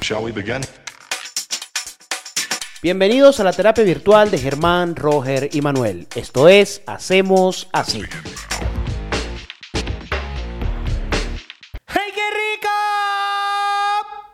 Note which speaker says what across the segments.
Speaker 1: Shall we begin?
Speaker 2: Bienvenidos a la terapia virtual de Germán, Roger y Manuel. Esto es Hacemos Así. ¡Hey, qué rico!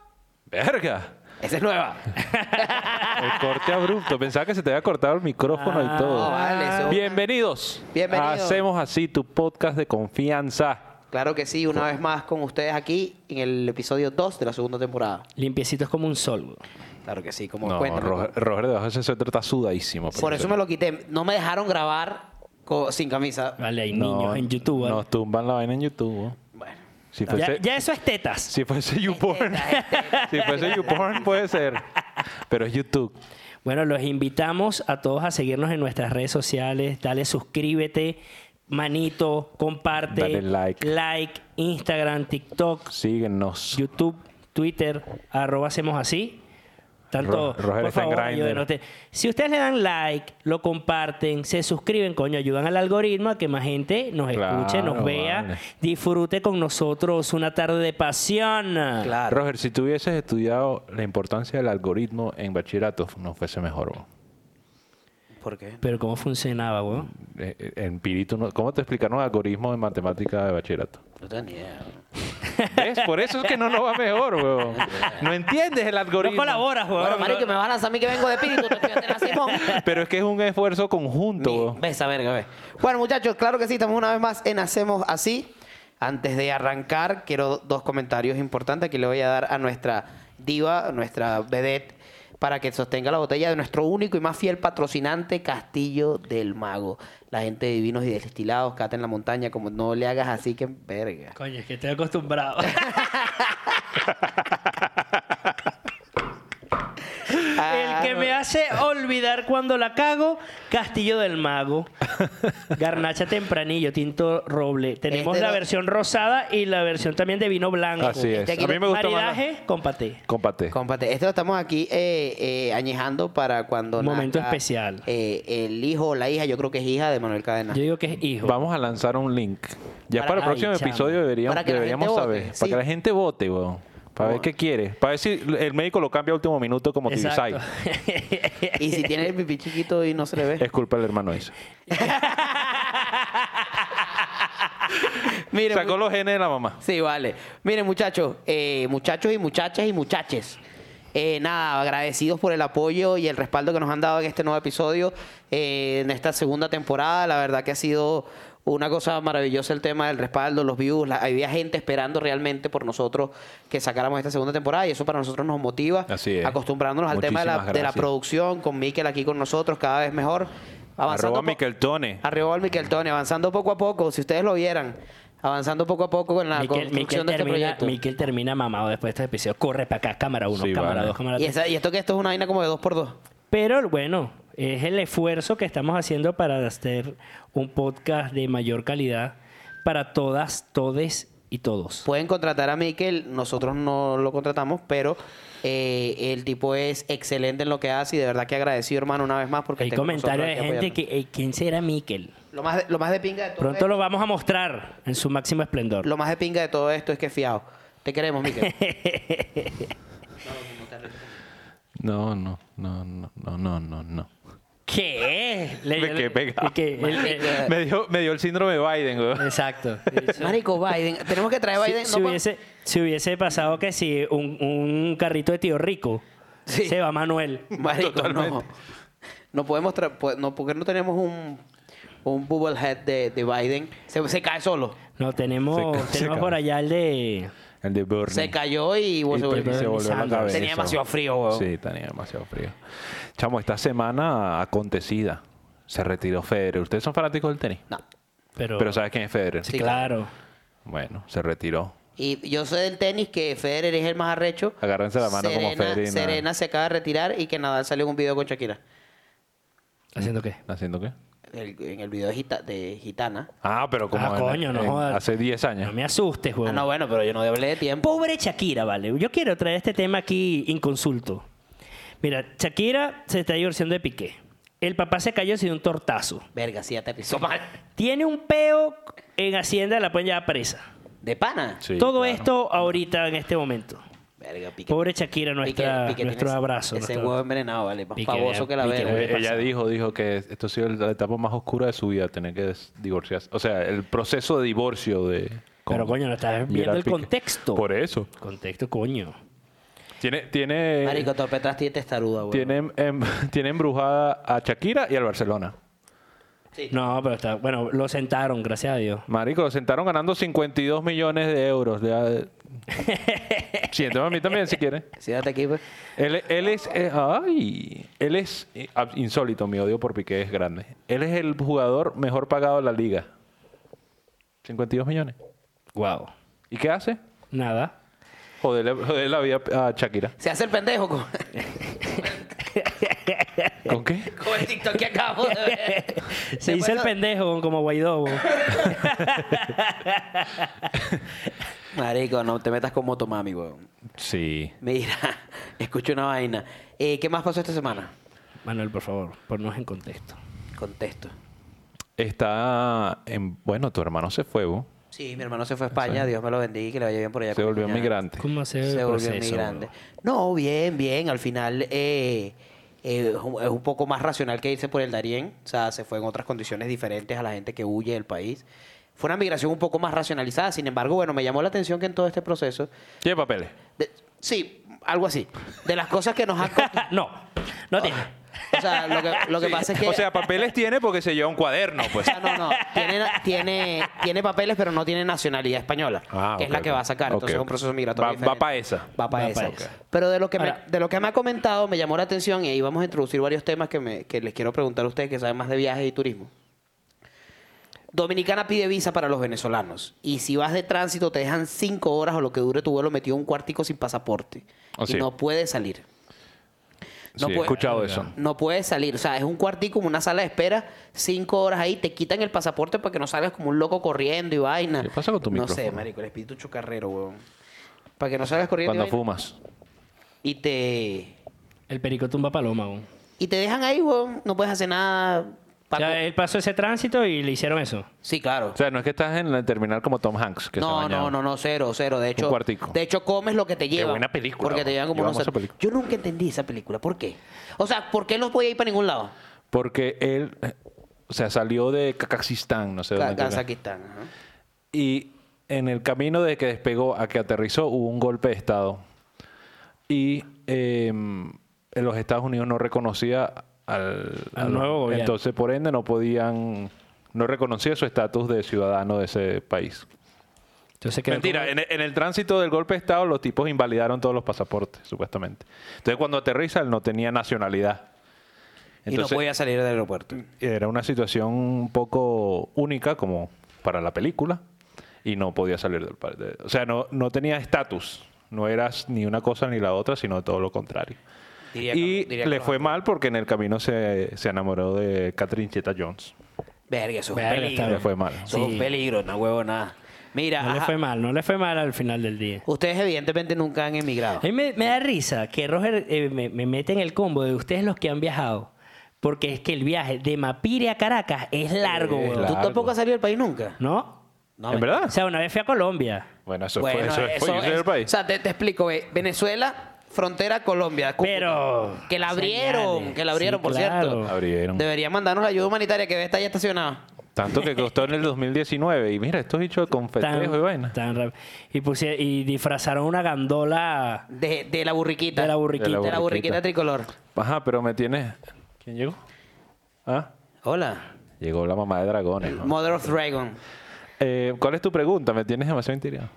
Speaker 3: Verga.
Speaker 2: Esa es nueva.
Speaker 3: El corte abrupto. Pensaba que se te había cortado el micrófono y todo.
Speaker 4: vale, eso es una-
Speaker 3: Bienvenidos.
Speaker 4: Bienvenido.
Speaker 3: Hacemos así tu podcast de confianza.
Speaker 4: Claro que sí, una vez más con ustedes aquí en el episodio 2 de la segunda temporada.
Speaker 5: Limpiecito es como un sol, güey.
Speaker 4: Claro que sí, como
Speaker 3: No,
Speaker 4: cuéntame.
Speaker 3: Roger, Roger debajo de ese suéter está sudadísimo.
Speaker 4: Por eso me lo quité. No me dejaron grabar co- sin camisa.
Speaker 5: Vale, hay
Speaker 3: No,
Speaker 5: niños en YouTube. ¿vale?
Speaker 3: Nos tumban la vaina en YouTube. ¿no?
Speaker 4: Bueno,
Speaker 3: Si
Speaker 5: ya,
Speaker 3: fuese,
Speaker 5: ya eso es tetas.
Speaker 3: si fuese YouPorn.
Speaker 4: esta,
Speaker 3: si fuese YouPorn puede ser. Pero es YouTube.
Speaker 5: Bueno, los invitamos a todos a seguirnos en nuestras redes sociales. Dale suscríbete, manito, comparte,
Speaker 3: Dale like.
Speaker 5: like, Instagram, TikTok,
Speaker 3: Síguenos.
Speaker 5: YouTube, Twitter, arroba hacemos así. Tanto,
Speaker 3: Ro- Roger está
Speaker 5: por
Speaker 3: en
Speaker 5: favor,
Speaker 3: Grindr.
Speaker 5: ayúdenos. Te- Si ustedes le dan like, lo comparten, se suscriben, coño, ayudan al algoritmo a que más gente nos
Speaker 3: Claro,
Speaker 5: escuche, nos vea,
Speaker 3: vale.
Speaker 5: disfrute con nosotros una tarde de pasión.
Speaker 4: claro.
Speaker 3: Roger, si tú hubieses estudiado la importancia del algoritmo en bachillerato, no fuese mejor. ¿no?
Speaker 4: ¿Por qué?
Speaker 5: Pero ¿cómo funcionaba, weón?
Speaker 3: Eh, eh, En Pirito, no- ¿cómo te explicaron algoritmos en matemática de bachillerato?
Speaker 4: No tengo ni idea.
Speaker 3: ¿Ves? Por eso es que no nos va mejor, weón. No entiendes el
Speaker 5: No
Speaker 3: algoritmo.
Speaker 5: colaboras, weón.
Speaker 4: Bueno, marico, me vas a lanzar a mí que vengo de espíritu, te estudiaste en la Simón.
Speaker 3: Pero es que es un esfuerzo conjunto,
Speaker 4: Ni-
Speaker 3: weón.
Speaker 4: Ves a verga, ve. Bueno, muchachos, claro que sí, estamos una vez más en Hacemos Así. Antes de arrancar, quiero dos comentarios importantes que le voy a dar a nuestra diva, nuestra vedette, para que sostenga la botella de nuestro único y más fiel patrocinante, Castillo del Mago. La gente de Divinos y Destilados, Cata en la Montaña, como no le hagas así que verga.
Speaker 5: Coño, es que estoy acostumbrado. El que me hace olvidar cuando la cago, Castillo del Mago. Garnacha tempranillo, tinto roble. Tenemos
Speaker 4: Este
Speaker 5: la
Speaker 4: no-
Speaker 5: versión rosada y la versión también de vino blanco.
Speaker 3: Así es.
Speaker 4: Este aquí
Speaker 3: A mí me gusta más. la-
Speaker 5: Maridaje con paté.
Speaker 3: Compate.
Speaker 4: Compate, esto lo estamos aquí eh, eh, añejando para cuando
Speaker 5: Un momento
Speaker 4: nazca,
Speaker 5: especial.
Speaker 4: eh, el hijo o la hija, yo creo que es hija de Manuel Cadena.
Speaker 5: Yo digo que es hijo.
Speaker 3: Vamos a lanzar un link. Ya para,
Speaker 5: Para-
Speaker 3: el próximo
Speaker 5: Ay, chamo.
Speaker 3: episodio deberíamos,
Speaker 4: Para que la
Speaker 3: deberíamos
Speaker 4: gente
Speaker 3: saber.
Speaker 4: vote,
Speaker 3: Para
Speaker 4: sí.
Speaker 3: que la gente vote, weón. Para ver qué quiere. Para ver si el médico lo cambia a último minuto como Tibisay.
Speaker 5: Exacto.
Speaker 4: Y si tiene el pipí chiquito y no se le ve.
Speaker 3: Es culpa del hermano ese.
Speaker 4: Mire,
Speaker 3: Sacó
Speaker 4: mu-
Speaker 3: los genes de la mamá.
Speaker 4: Sí, vale. Miren, muchachos, eh, muchachos y muchachas y muchaches. eh, nada, agradecidos por el apoyo y el respaldo que nos han dado en este nuevo episodio, eh, en esta segunda temporada. La verdad que ha sido una cosa maravillosa el tema del respaldo, los views. la- había gente esperando realmente por nosotros que sacáramos esta segunda temporada y eso para nosotros nos motiva.
Speaker 3: Así es.
Speaker 4: Acostumbrándonos al tema de la,
Speaker 3: Muchísimas
Speaker 4: de la
Speaker 3: gracias.
Speaker 4: producción, con Miquel aquí con nosotros, cada vez mejor.
Speaker 3: Arroba
Speaker 4: po-
Speaker 3: Miquel Tone.
Speaker 4: Arriba el Miquel Tony, avanzando poco a poco, si ustedes lo vieran, avanzando poco a poco con la
Speaker 5: Miquel,
Speaker 4: construcción
Speaker 5: Miquel
Speaker 4: de este
Speaker 5: termina,
Speaker 4: proyecto.
Speaker 5: Miquel termina mamado después de este episodio. Corre para acá, cámara 1,
Speaker 3: Sí,
Speaker 5: cámara
Speaker 3: vale.
Speaker 5: 2, cámara
Speaker 4: y,
Speaker 5: 3.
Speaker 4: esa- y esto que esto es una vaina como de dos por dos.
Speaker 5: Pero bueno, es el esfuerzo que estamos haciendo para hacer un podcast de mayor calidad para todas, todes y todos.
Speaker 4: Pueden contratar a Miquel, nosotros no lo contratamos, pero eh, el tipo es excelente en lo que hace y de verdad que agradecido, hermano, una vez más. porque
Speaker 5: Hay
Speaker 4: esté con
Speaker 5: comentarios de
Speaker 4: nosotros
Speaker 5: gente
Speaker 4: aquí apoyando.
Speaker 5: que, "Ey, ¿quién será Miquel?
Speaker 4: Lo más, de- lo más de pinga de todo
Speaker 5: Pronto
Speaker 4: esto-
Speaker 5: lo vamos a mostrar en su máximo esplendor.
Speaker 4: lo más de pinga de todo esto es que fiado. Te queremos, Miquel.
Speaker 3: No, no, no, no, no, no, no, no.
Speaker 5: ¿Qué?
Speaker 3: Me quedé pegado.
Speaker 5: y que el- el-
Speaker 3: Me dio, me dio el síndrome de Biden, weón.
Speaker 5: exacto.
Speaker 4: Marico, Biden. Tenemos que traer a Biden.
Speaker 5: si,
Speaker 4: no
Speaker 5: si
Speaker 4: pa-
Speaker 5: hubiese, si hubiese pasado que si un, un carrito de tío rico,
Speaker 4: Sí.
Speaker 5: se va Manuel.
Speaker 4: Marico, no.
Speaker 3: Totalmente.
Speaker 4: No podemos tra- po- no, porque no tenemos un, un bubble head de, de Biden. Se, se cae solo.
Speaker 5: No, tenemos,
Speaker 3: Se ca- se
Speaker 5: tenemos
Speaker 3: ca-
Speaker 5: por allá el de...
Speaker 3: El de Bernie.
Speaker 4: Se cayó y,
Speaker 3: Y
Speaker 4: bueno, se
Speaker 3: se
Speaker 4: volvió-
Speaker 5: Bernie
Speaker 3: volvió la
Speaker 5: Sanders.
Speaker 3: cabeza.
Speaker 4: Tenía demasiado frío, weón.
Speaker 3: Sí, tenía demasiado frío. Chamo, esta semana acontecida. Se retiró Federer. ¿Ustedes son fanáticos del tenis?
Speaker 4: No.
Speaker 5: Pero,
Speaker 3: Pero ¿sabes quién es Federer?
Speaker 4: Sí.
Speaker 5: claro.
Speaker 3: Bueno, se retiró.
Speaker 4: Y yo sé del tenis que Federer es el más arrecho.
Speaker 3: Agárrense la mano como
Speaker 4: Serena,
Speaker 3: Federer y Nadal.
Speaker 4: Serena se acaba de retirar y que Nadal salió en un video con Shakira.
Speaker 5: ¿Haciendo qué?
Speaker 3: ¿Haciendo qué?
Speaker 4: El- en el video de, Gita- de Gitana.
Speaker 3: Ah, pero como
Speaker 5: ah,
Speaker 3: en-
Speaker 5: coño, no
Speaker 3: en-
Speaker 5: jodas.
Speaker 3: hace 10 años.
Speaker 5: No me asustes,
Speaker 4: Ah,
Speaker 5: güey.
Speaker 4: no, bueno, pero yo no hablé de tiempo.
Speaker 5: Pobre Shakira, vale. Yo quiero traer este tema aquí inconsulto. Mira, Shakira se está divorciando de Piqué. El papá se cayó sin un tortazo.
Speaker 4: Verga, sí, aterrizó mal.
Speaker 5: Tiene un peo en Hacienda, la pueden llevar presa.
Speaker 4: De pana.
Speaker 3: Sí,
Speaker 5: Todo
Speaker 3: claro.
Speaker 5: esto ahorita, en este momento.
Speaker 4: Verga, Piqué.
Speaker 5: Pobre Shakira, nuestra,
Speaker 4: Piqué- Piqué
Speaker 5: nuestro
Speaker 4: tiene ese-
Speaker 5: abrazo.
Speaker 4: Ese
Speaker 5: nuestro-
Speaker 4: huevo envenenado, vale. Más
Speaker 5: Piqué,
Speaker 4: pavoso que la
Speaker 5: Piqué,
Speaker 4: verga.
Speaker 5: le
Speaker 3: Eh, ella dijo, dijo que esto ha sido la etapa más oscura de su vida, tener que des- divorciarse. O sea, el proceso de divorcio de... con
Speaker 5: Pero coño, no estás viendo
Speaker 3: Gerard
Speaker 5: el
Speaker 3: Piqué.
Speaker 5: contexto.
Speaker 3: Por eso.
Speaker 5: Contexto, coño.
Speaker 3: Tiene, tiene,
Speaker 4: Marico, Torpetras tiene testaruda, güey.
Speaker 3: tiene, em- tiene embrujada a Shakira y al Barcelona.
Speaker 4: Sí.
Speaker 5: No, pero está. Bueno, lo sentaron, gracias a Dios.
Speaker 3: Marico, lo sentaron ganando 52 millones de euros. Ya- Siéntame a mí también si quieres.
Speaker 4: Siéntate aquí, pues.
Speaker 3: Él, él es. eh, ay, él es eh, ab- insólito, mi odio por Piqué es grande. Él es el jugador mejor pagado de la liga. 52 millones.
Speaker 5: Wow.
Speaker 3: ¿Y qué hace?
Speaker 5: Nada.
Speaker 3: Joderle, joderle la vida a Shakira.
Speaker 4: Se hace el pendejo con,
Speaker 3: ¿Con qué?
Speaker 4: con el TikTok que acabo de ver.
Speaker 5: Se hizo el
Speaker 4: pasa-
Speaker 5: pendejo como Guaidó.
Speaker 4: Marico, no te metas con Motomami, weón.
Speaker 3: Sí.
Speaker 4: Mira, escucho una vaina. Eh, ¿Qué más pasó esta semana?
Speaker 5: Manuel, por favor, ponnos en contexto.
Speaker 4: Contesto.
Speaker 3: Está. En, bueno, tu hermano se fue, ¿vo?
Speaker 4: Sí, mi hermano se fue a España, Dios me lo bendiga y que le vaya bien por allá.
Speaker 3: Se
Speaker 4: con mi
Speaker 3: volvió
Speaker 4: cuñada.
Speaker 3: migrante.
Speaker 5: ¿Cómo se
Speaker 4: Se volvió migrante. No, bien, bien. Al final eh, eh, es un es un poco más racional que irse por el Darién. O sea, se fue en otras condiciones diferentes a la gente que huye del país. Fue una migración un poco más racionalizada. Sin embargo, bueno, me llamó la atención que en todo este proceso...
Speaker 3: Tiene papeles.
Speaker 4: de- sí, algo así. De las cosas que nos han... co-
Speaker 5: no, no tiene.
Speaker 4: O sea, lo que, lo que pasa es que...
Speaker 3: O sea, papeles tiene porque se lleva un cuaderno, pues.
Speaker 4: O sea, no, no. Tiene, tiene, tiene papeles, pero no tiene nacionalidad española,
Speaker 3: Ah,
Speaker 4: que
Speaker 3: ok,
Speaker 4: es la que
Speaker 3: ok.
Speaker 4: va a sacar.
Speaker 3: Ok,
Speaker 4: Entonces es un
Speaker 3: ok.
Speaker 4: proceso migratorio.
Speaker 3: Va- va
Speaker 4: diferente.
Speaker 3: pa' esa.
Speaker 4: Va para
Speaker 5: Va
Speaker 4: esa.
Speaker 5: pa' esa.
Speaker 4: Pero de lo, que me,
Speaker 5: Ahora-
Speaker 4: de lo que me ha comentado, me llamó la atención y ahí vamos a introducir varios temas que, me, que les quiero preguntar a ustedes que saben más de viajes y turismo. Dominicana pide visa para los venezolanos. Y si vas de tránsito, te dejan cinco horas o lo que dure tu vuelo metido en un cuartico sin pasaporte.
Speaker 3: Oh,
Speaker 4: y
Speaker 3: sí.
Speaker 4: no puedes salir. No
Speaker 3: sí, he
Speaker 4: puede-
Speaker 3: escuchado eso.
Speaker 4: No puedes salir. O sea, es un cuartico, como una sala de espera, cinco horas ahí, te quitan el pasaporte para que no salgas como un loco corriendo y vaina.
Speaker 3: ¿Qué pasa con tu
Speaker 4: No
Speaker 3: micrófono?
Speaker 4: sé, marico, el espíritu chocarrero, weón. Para que no salgas corriendo y,
Speaker 3: Cuando
Speaker 4: vaina.
Speaker 3: fumas.
Speaker 4: y te
Speaker 5: El perico tumba paloma. weón.
Speaker 4: y te dejan ahí, weón. No puedes hacer nada.
Speaker 5: O
Speaker 4: Paco-
Speaker 5: sea, él pasó ese tránsito y le hicieron eso.
Speaker 4: Sí, claro.
Speaker 3: O sea, no es que estás en el terminal como Tom Hanks, que se
Speaker 4: no,
Speaker 3: ha bañado.
Speaker 4: no, no, no, cero, cero. De hecho,
Speaker 3: cuartico.
Speaker 4: de hecho comes lo que te llevan.
Speaker 3: buena película,
Speaker 4: Porque te
Speaker 3: weón.
Speaker 4: llevan como
Speaker 3: Yo
Speaker 4: unos.
Speaker 3: amo esa película.
Speaker 4: Yo nunca entendí esa película. ¿Por qué? O sea, ¿por qué no podía ir para ningún lado?
Speaker 3: Porque él, eh, o sea, salió de Kazajistán, no sé dónde. creo que-
Speaker 4: Kazajistán. ajá.
Speaker 3: Y en el camino de que despegó a que aterrizó hubo un golpe de Estado. Y eh, en los Estados Unidos no reconocía al,
Speaker 5: Al
Speaker 3: a los-
Speaker 5: nuevo gobierno.
Speaker 3: Entonces, por ende, no podían, no reconocía su estatus de ciudadano de ese país.
Speaker 5: Entonces quedó
Speaker 3: Mentira,
Speaker 5: como-
Speaker 3: en, en el tránsito del golpe de Estado los tipos invalidaron todos los pasaportes, supuestamente. Entonces cuando aterriza él no tenía nacionalidad.
Speaker 4: y no
Speaker 3: Entonces
Speaker 4: podía salir del aeropuerto.
Speaker 3: era una situación un poco única como para la película y no podía salir del país. O sea, no, no tenía estatus. No eras ni una cosa ni la otra, sino todo lo contrario.
Speaker 4: Diría
Speaker 3: y
Speaker 4: que- diría que
Speaker 3: le
Speaker 4: no.
Speaker 3: fue mal porque en el camino se, se enamoró de Catherine Cheta Jones.
Speaker 4: Verga, eso es un
Speaker 5: Verga,
Speaker 4: peligro.
Speaker 5: está
Speaker 3: Le
Speaker 5: bien.
Speaker 3: fue mal.
Speaker 4: Eso es un
Speaker 5: Sí.
Speaker 4: peligro, no huevo nada. Mira,
Speaker 5: No le
Speaker 4: ajá,
Speaker 5: fue mal, no le fue mal al final del día.
Speaker 4: ustedes evidentemente nunca han emigrado.
Speaker 5: A mí me, me da risa que Roger eh, me, me mete en el combo de ustedes los que han viajado. Porque es que el viaje de Mapire a Caracas es largo,
Speaker 3: Es
Speaker 5: weón.
Speaker 4: ¿Tú
Speaker 3: largo.
Speaker 4: tampoco has salido del país nunca?
Speaker 5: pues. ¿no?
Speaker 4: No,
Speaker 3: ¿En
Speaker 4: me-
Speaker 3: verdad?
Speaker 5: O sea, una vez fui a Colombia.
Speaker 3: Bueno, eso
Speaker 4: Bueno,
Speaker 3: fue, eso fue
Speaker 4: eso
Speaker 3: irse del
Speaker 4: es-
Speaker 3: país.
Speaker 4: O sea, te, te explico, ve, Venezuela, frontera Colombia. Cúcuta.
Speaker 5: Pero.
Speaker 4: Que la abrieron,
Speaker 5: Señales.
Speaker 4: que la abrieron,
Speaker 5: Sí,
Speaker 4: por
Speaker 5: claro.
Speaker 4: cierto.
Speaker 3: Abrieron.
Speaker 4: Deberían mandarnos la ayuda humanitaria que está ya estacionada.
Speaker 3: Tanto que costó en el 2019. Y mira, estos bichos con
Speaker 5: Tan-
Speaker 3: festejo y vaina.
Speaker 5: tan rap- y, pusie- y disfrazaron una gandola
Speaker 4: De, de la burriquita.
Speaker 5: de la burriquita.
Speaker 3: De la
Speaker 4: De la burriquita
Speaker 3: burriquita.
Speaker 4: tricolor.
Speaker 3: Ajá, pero me tienes... ¿Quién llegó? Ah,
Speaker 4: Hola.
Speaker 3: llegó la mamá de dragones. ¿no?
Speaker 4: Mother of Dragon.
Speaker 3: Eh, ¿Cuál es tu pregunta? Me tienes demasiado intrigado.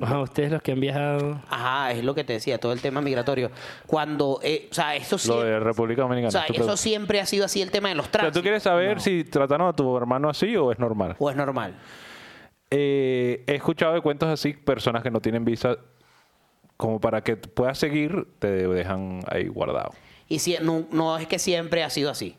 Speaker 5: Ajá, ustedes los que han viajado.
Speaker 4: Ajá, es lo que te decía, todo el tema migratorio. Cuando, eh, o sea, eso sí.
Speaker 3: Lo de República Dominicana.
Speaker 4: O sea,
Speaker 3: es tu
Speaker 4: eso
Speaker 3: pregunta.
Speaker 4: siempre ha sido así el tema de los
Speaker 3: O sea,
Speaker 4: tránsitos.
Speaker 3: ¿tú quieres saber si trataron a tu hermano así o es normal?
Speaker 4: ¿O es normal?
Speaker 3: Eh, he escuchado de cuentos así, personas que no tienen visa, como para que puedas seguir, te dejan ahí guardado.
Speaker 4: Y si, no, no es que siempre ha sido así.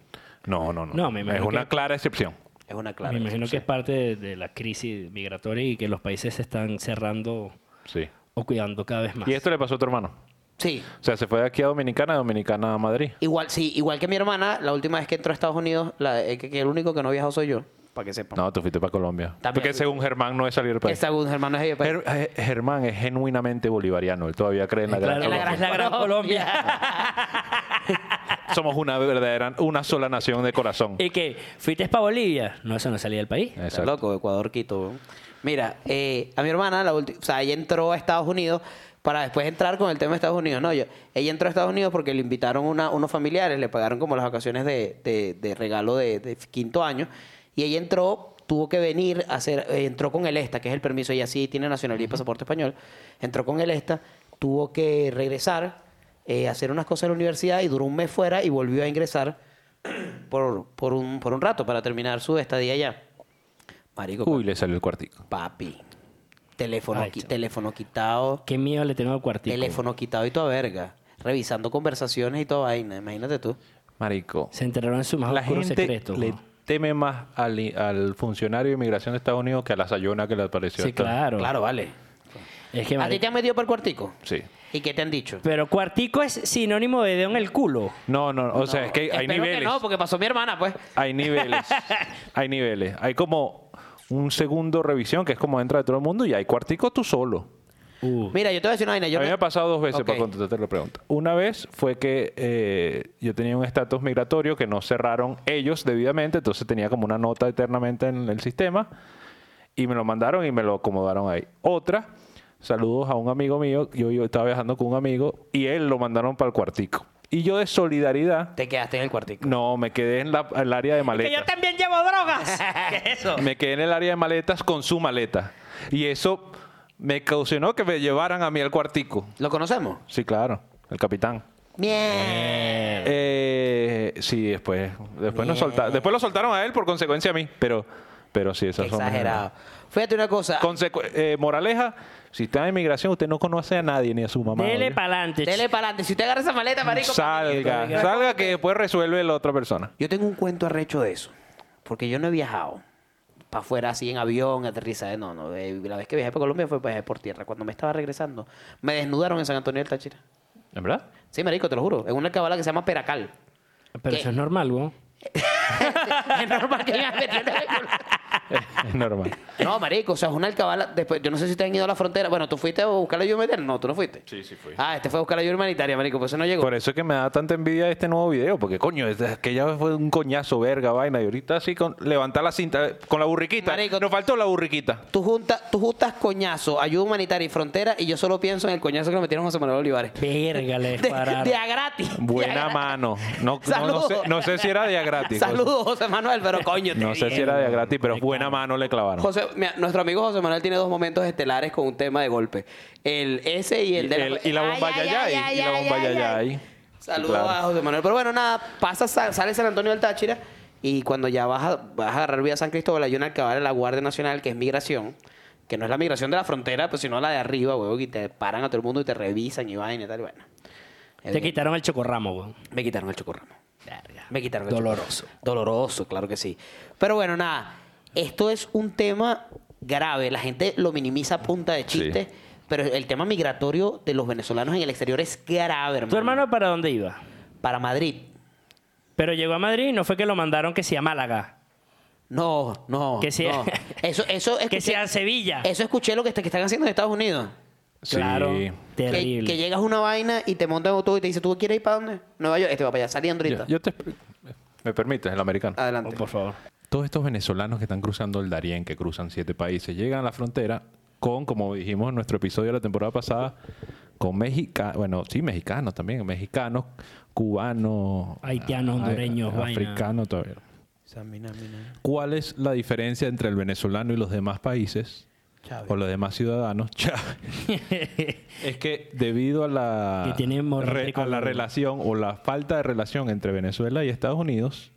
Speaker 3: No, no, no.
Speaker 5: No, me imagino
Speaker 3: es una
Speaker 5: que-
Speaker 3: clara excepción.
Speaker 4: Es una clara.
Speaker 5: me imagino
Speaker 4: sí.
Speaker 5: que es parte de, de la crisis migratoria y que los países se están cerrando
Speaker 3: Sí.
Speaker 5: o cuidando cada vez más.
Speaker 3: Y esto le pasó a tu hermano.
Speaker 4: Sí.
Speaker 3: O sea, se fue de aquí a Dominicana, de Dominicana a Madrid.
Speaker 4: Igual, sí, igual que mi hermana, la última vez que entró a Estados Unidos, la- eh, que, que el único que no viajó soy yo. para que sepan.
Speaker 3: No, tú fuiste para Colombia.
Speaker 4: También
Speaker 3: Porque
Speaker 4: fui.
Speaker 3: según Germán no es salir del país.
Speaker 4: Esta Gus, hermano, pues, es ellos.
Speaker 3: Ger- eh, Germán es genuinamente bolivariano. Él todavía cree en la gran
Speaker 5: Claro, es la gran,
Speaker 3: Colombia.
Speaker 5: Colombia.
Speaker 3: Somos una verdadera, una sola nación de corazón.
Speaker 5: ¿Y qué? ¿Fuiste para Bolivia? No, eso no salía del país.
Speaker 4: Está
Speaker 3: Exacto.
Speaker 4: loco, Ecuador, Quito. weón. Mira, eh, a mi hermana, la ulti- o sea, ella entró a Estados Unidos para después entrar con el tema de Estados Unidos. No, yo, ella entró a Estados Unidos porque le invitaron una, unos familiares, le pagaron como las vacaciones de, de- de regalo de, de quinto año. Y ella entró, tuvo que venir a hacer, eh, entró con el ESTA, que es el permiso, ella sí tiene nacionalidad y pasaporte español. Entró con el ESTA, tuvo que regresar, eh, hacer unas cosas en la universidad y duró un mes fuera y volvió a ingresar por, por, un, por un rato para terminar su estadía allá. Marico,
Speaker 3: Uy, le salió el cuartico.
Speaker 4: papi. Teléfono,
Speaker 5: Ay,
Speaker 4: qui-
Speaker 5: chao.
Speaker 4: teléfono quitado.
Speaker 5: Qué miedo le tengo al cuartico.
Speaker 4: Teléfono quitado y toda verga. Revisando conversaciones y toda vaina. Imagínate tú.
Speaker 3: Marico.
Speaker 5: Se enteraron en su más
Speaker 3: la
Speaker 5: oscuro
Speaker 3: gente
Speaker 5: secreto.
Speaker 3: le
Speaker 5: ¿no?
Speaker 3: teme más al, al funcionario de inmigración de Estados Unidos que a la sayona que le apareció.
Speaker 5: Sí,
Speaker 3: esta-
Speaker 5: claro.
Speaker 4: vale.
Speaker 5: Es que,
Speaker 4: ¿A ti
Speaker 5: marico-
Speaker 4: te han metido por el cuartico?
Speaker 3: Sí.
Speaker 4: ¿Y qué te han dicho?
Speaker 5: Pero cuartico es sinónimo de dedo en el culo.
Speaker 3: No, no, o sea, es que hay
Speaker 4: Espero
Speaker 3: niveles.
Speaker 4: que no, porque pasó mi hermana, pues.
Speaker 3: Hay niveles. hay niveles. Hay como un segundo revisión que es como entra de todo el mundo y hay cuartico tú solo.
Speaker 5: Uh.
Speaker 4: Mira, yo te voy a decir una vaina. Yo
Speaker 3: a mí
Speaker 4: no-
Speaker 3: me ha pasado dos veces
Speaker 4: Ok.
Speaker 3: para contestarte la pregunta. Una vez fue que eh, yo tenía un estatus migratorio que no cerraron ellos debidamente, entonces tenía como una nota eternamente en el sistema y me lo mandaron y me lo acomodaron ahí. Otra, saludos a un amigo mío, yo, yo estaba viajando con un amigo y él lo mandaron para el cuartico. Y yo de solidaridad,
Speaker 4: Te quedaste en el cuartico.
Speaker 3: no, me quedé en, la- en el área de maletas.
Speaker 5: Que yo también llevo drogas. ¿Qué es eso?
Speaker 3: Me quedé en el área de maletas con su maleta. Y eso me causó que me llevaran a mí al cuartico.
Speaker 4: ¿Lo conocemos?
Speaker 3: Sí, claro, el capitán.
Speaker 4: Bien.
Speaker 3: Eh, sí, después, después nos solta- después lo soltaron a él por consecuencia a mí, pero, pero sí,
Speaker 4: Qué
Speaker 3: esas son-
Speaker 4: exagerado. Fíjate una cosa.
Speaker 3: Consecu- eh, moraleja, si está en inmigración, usted no conoce a nadie ni a su mamá.
Speaker 5: Dele
Speaker 3: ¿oye?
Speaker 5: pa'lante.
Speaker 4: Dele
Speaker 5: ch-
Speaker 4: para adelante. Si usted agarra esa maleta, marico.
Speaker 3: salga,
Speaker 4: marico.
Speaker 3: salga que después resuelve la otra persona.
Speaker 4: Yo tengo un cuento arrecho de eso, porque yo no he viajado para afuera así en avión, aterrizar, no, no, eh, la vez que viajé para Colombia fue viajé por tierra, cuando me estaba regresando, me desnudaron en San Antonio del Táchira.
Speaker 3: ¿En verdad?
Speaker 4: Sí, marico, te lo juro, en una cabala que se llama Peracal.
Speaker 5: Pero eso es normal, güey.
Speaker 4: Es normal que me metan en el culo.
Speaker 3: Es normal.
Speaker 4: No, marico, o sea, es una alcabala. Después, yo no sé si te han ido a la frontera. Bueno, ¿tú fuiste a buscar la ayuda humanitaria? No, tú no fuiste.
Speaker 3: Sí, sí fui.
Speaker 4: Ah, este fue a buscar la ayuda humanitaria, marico, por eso no llegó.
Speaker 3: Por eso es que me da tanta envidia este nuevo video, porque coño, es- es que ya fue un coñazo, verga, vaina, y ahorita así con levantar la cinta, con la burriquita.
Speaker 4: Marico,
Speaker 3: Nos faltó la burriquita.
Speaker 4: Tú, junta, tú juntas coñazo, ayuda humanitaria y frontera, y yo solo pienso en el coñazo que le metieron a José Manuel Olivares.
Speaker 5: Verga, le
Speaker 4: De,
Speaker 5: dispararon.
Speaker 4: de a gratis. De a
Speaker 3: Buena
Speaker 4: gratis.
Speaker 3: mano. No, no, no
Speaker 4: Saludos.
Speaker 3: sé, no sé si era de a gratis. pues.
Speaker 4: Saludos, José Manuel, pero coño. te
Speaker 3: No sé
Speaker 4: dije.
Speaker 3: si era de a gratis, pero buena mano le clavaron.
Speaker 4: José, mira, nuestro amigo José Manuel tiene dos momentos estelares con un tema de golpe. El ese y el de
Speaker 3: El- y la bomba yayay, y la bomba yayay.
Speaker 4: Saludos
Speaker 3: Claro.
Speaker 4: a José Manuel. Pero bueno, nada, pasa, sa- sale San Antonio del Táchira y cuando ya vas a, vas a agarrar vía San Cristóbal hay una alcabala de la Guardia Nacional que es migración, que no es la migración de la frontera, pues sino la de arriba, huevo, y te paran a todo el mundo y te revisan y vaina y tal, y bueno.
Speaker 5: Te quitaron el chocorramo, güey.
Speaker 4: Me quitaron el chocorramo. Me quitaron el
Speaker 5: Doloroso.
Speaker 4: chocorramo. Doloroso, claro que sí. Pero bueno, nada. Esto es un tema grave. La gente lo minimiza a punta de chiste. Pero el tema migratorio de los venezolanos en el exterior es grave, hermano.
Speaker 5: ¿Tu hermano para dónde iba?
Speaker 4: Para Madrid.
Speaker 5: Pero llegó a Madrid y no fue que lo mandaron que sea a Málaga.
Speaker 4: No, no.
Speaker 5: Que sea-
Speaker 4: no. Eso, eso
Speaker 5: Que sea a Sevilla.
Speaker 4: Eso escuché lo que, está- que están haciendo en Estados Unidos.
Speaker 3: Sí.
Speaker 5: Claro.
Speaker 4: Que-
Speaker 5: Terrible.
Speaker 4: Que, llegas a una vaina y te montan en autobús y te dice, ¿tú quieres ir para dónde? Nueva York. Este va para allá, saliendo
Speaker 3: Yo,
Speaker 4: ahorita.
Speaker 3: yo te expl- ¿Me permites? El americano.
Speaker 4: Adelante.
Speaker 5: Oh, por favor.
Speaker 3: Todos estos venezolanos que están cruzando el Darién, que cruzan siete países, llegan a la frontera con, como dijimos en nuestro episodio de la temporada pasada, con mexicanos, bueno, sí, mexicanos también, mexicanos, cubanos,
Speaker 5: Haitianos,
Speaker 3: a-
Speaker 5: hondureños,
Speaker 3: a-
Speaker 5: vaina.
Speaker 3: africanos todavía. ¿Cuál es la diferencia entre el venezolano y los demás países o los demás ciudadanos? Chávez. es que debido a
Speaker 5: Que
Speaker 3: la,
Speaker 5: tiene morra
Speaker 3: re-
Speaker 5: rico
Speaker 3: a la
Speaker 5: con-
Speaker 3: relación o la falta de relación entre Venezuela y Estados Unidos,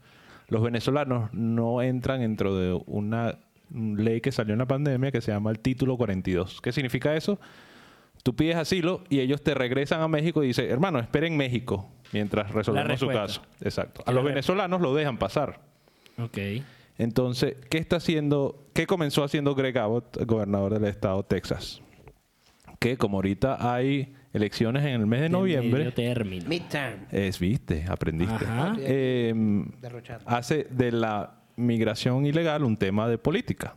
Speaker 3: los venezolanos no entran dentro de una ley que salió en la pandemia que se llama el Título 42. ¿Qué significa eso? Tú pides asilo y ellos te regresan a México y dicen, hermano, esperen en México mientras resolvemos su
Speaker 5: respuesta.
Speaker 3: caso. Exacto. A
Speaker 5: La
Speaker 3: los
Speaker 5: re-
Speaker 3: venezolanos lo dejan pasar.
Speaker 5: Ok.
Speaker 3: Entonces, ¿qué está haciendo? ¿Qué comenzó haciendo Greg Abbott, gobernador del estado de Texas? Que como ahorita hay elecciones en el mes de noviembre,
Speaker 5: Medio término.
Speaker 4: Midterm.
Speaker 3: es viste, aprendiste.
Speaker 5: Ajá.
Speaker 3: Eh, Em, hace de la migración ilegal un tema de política.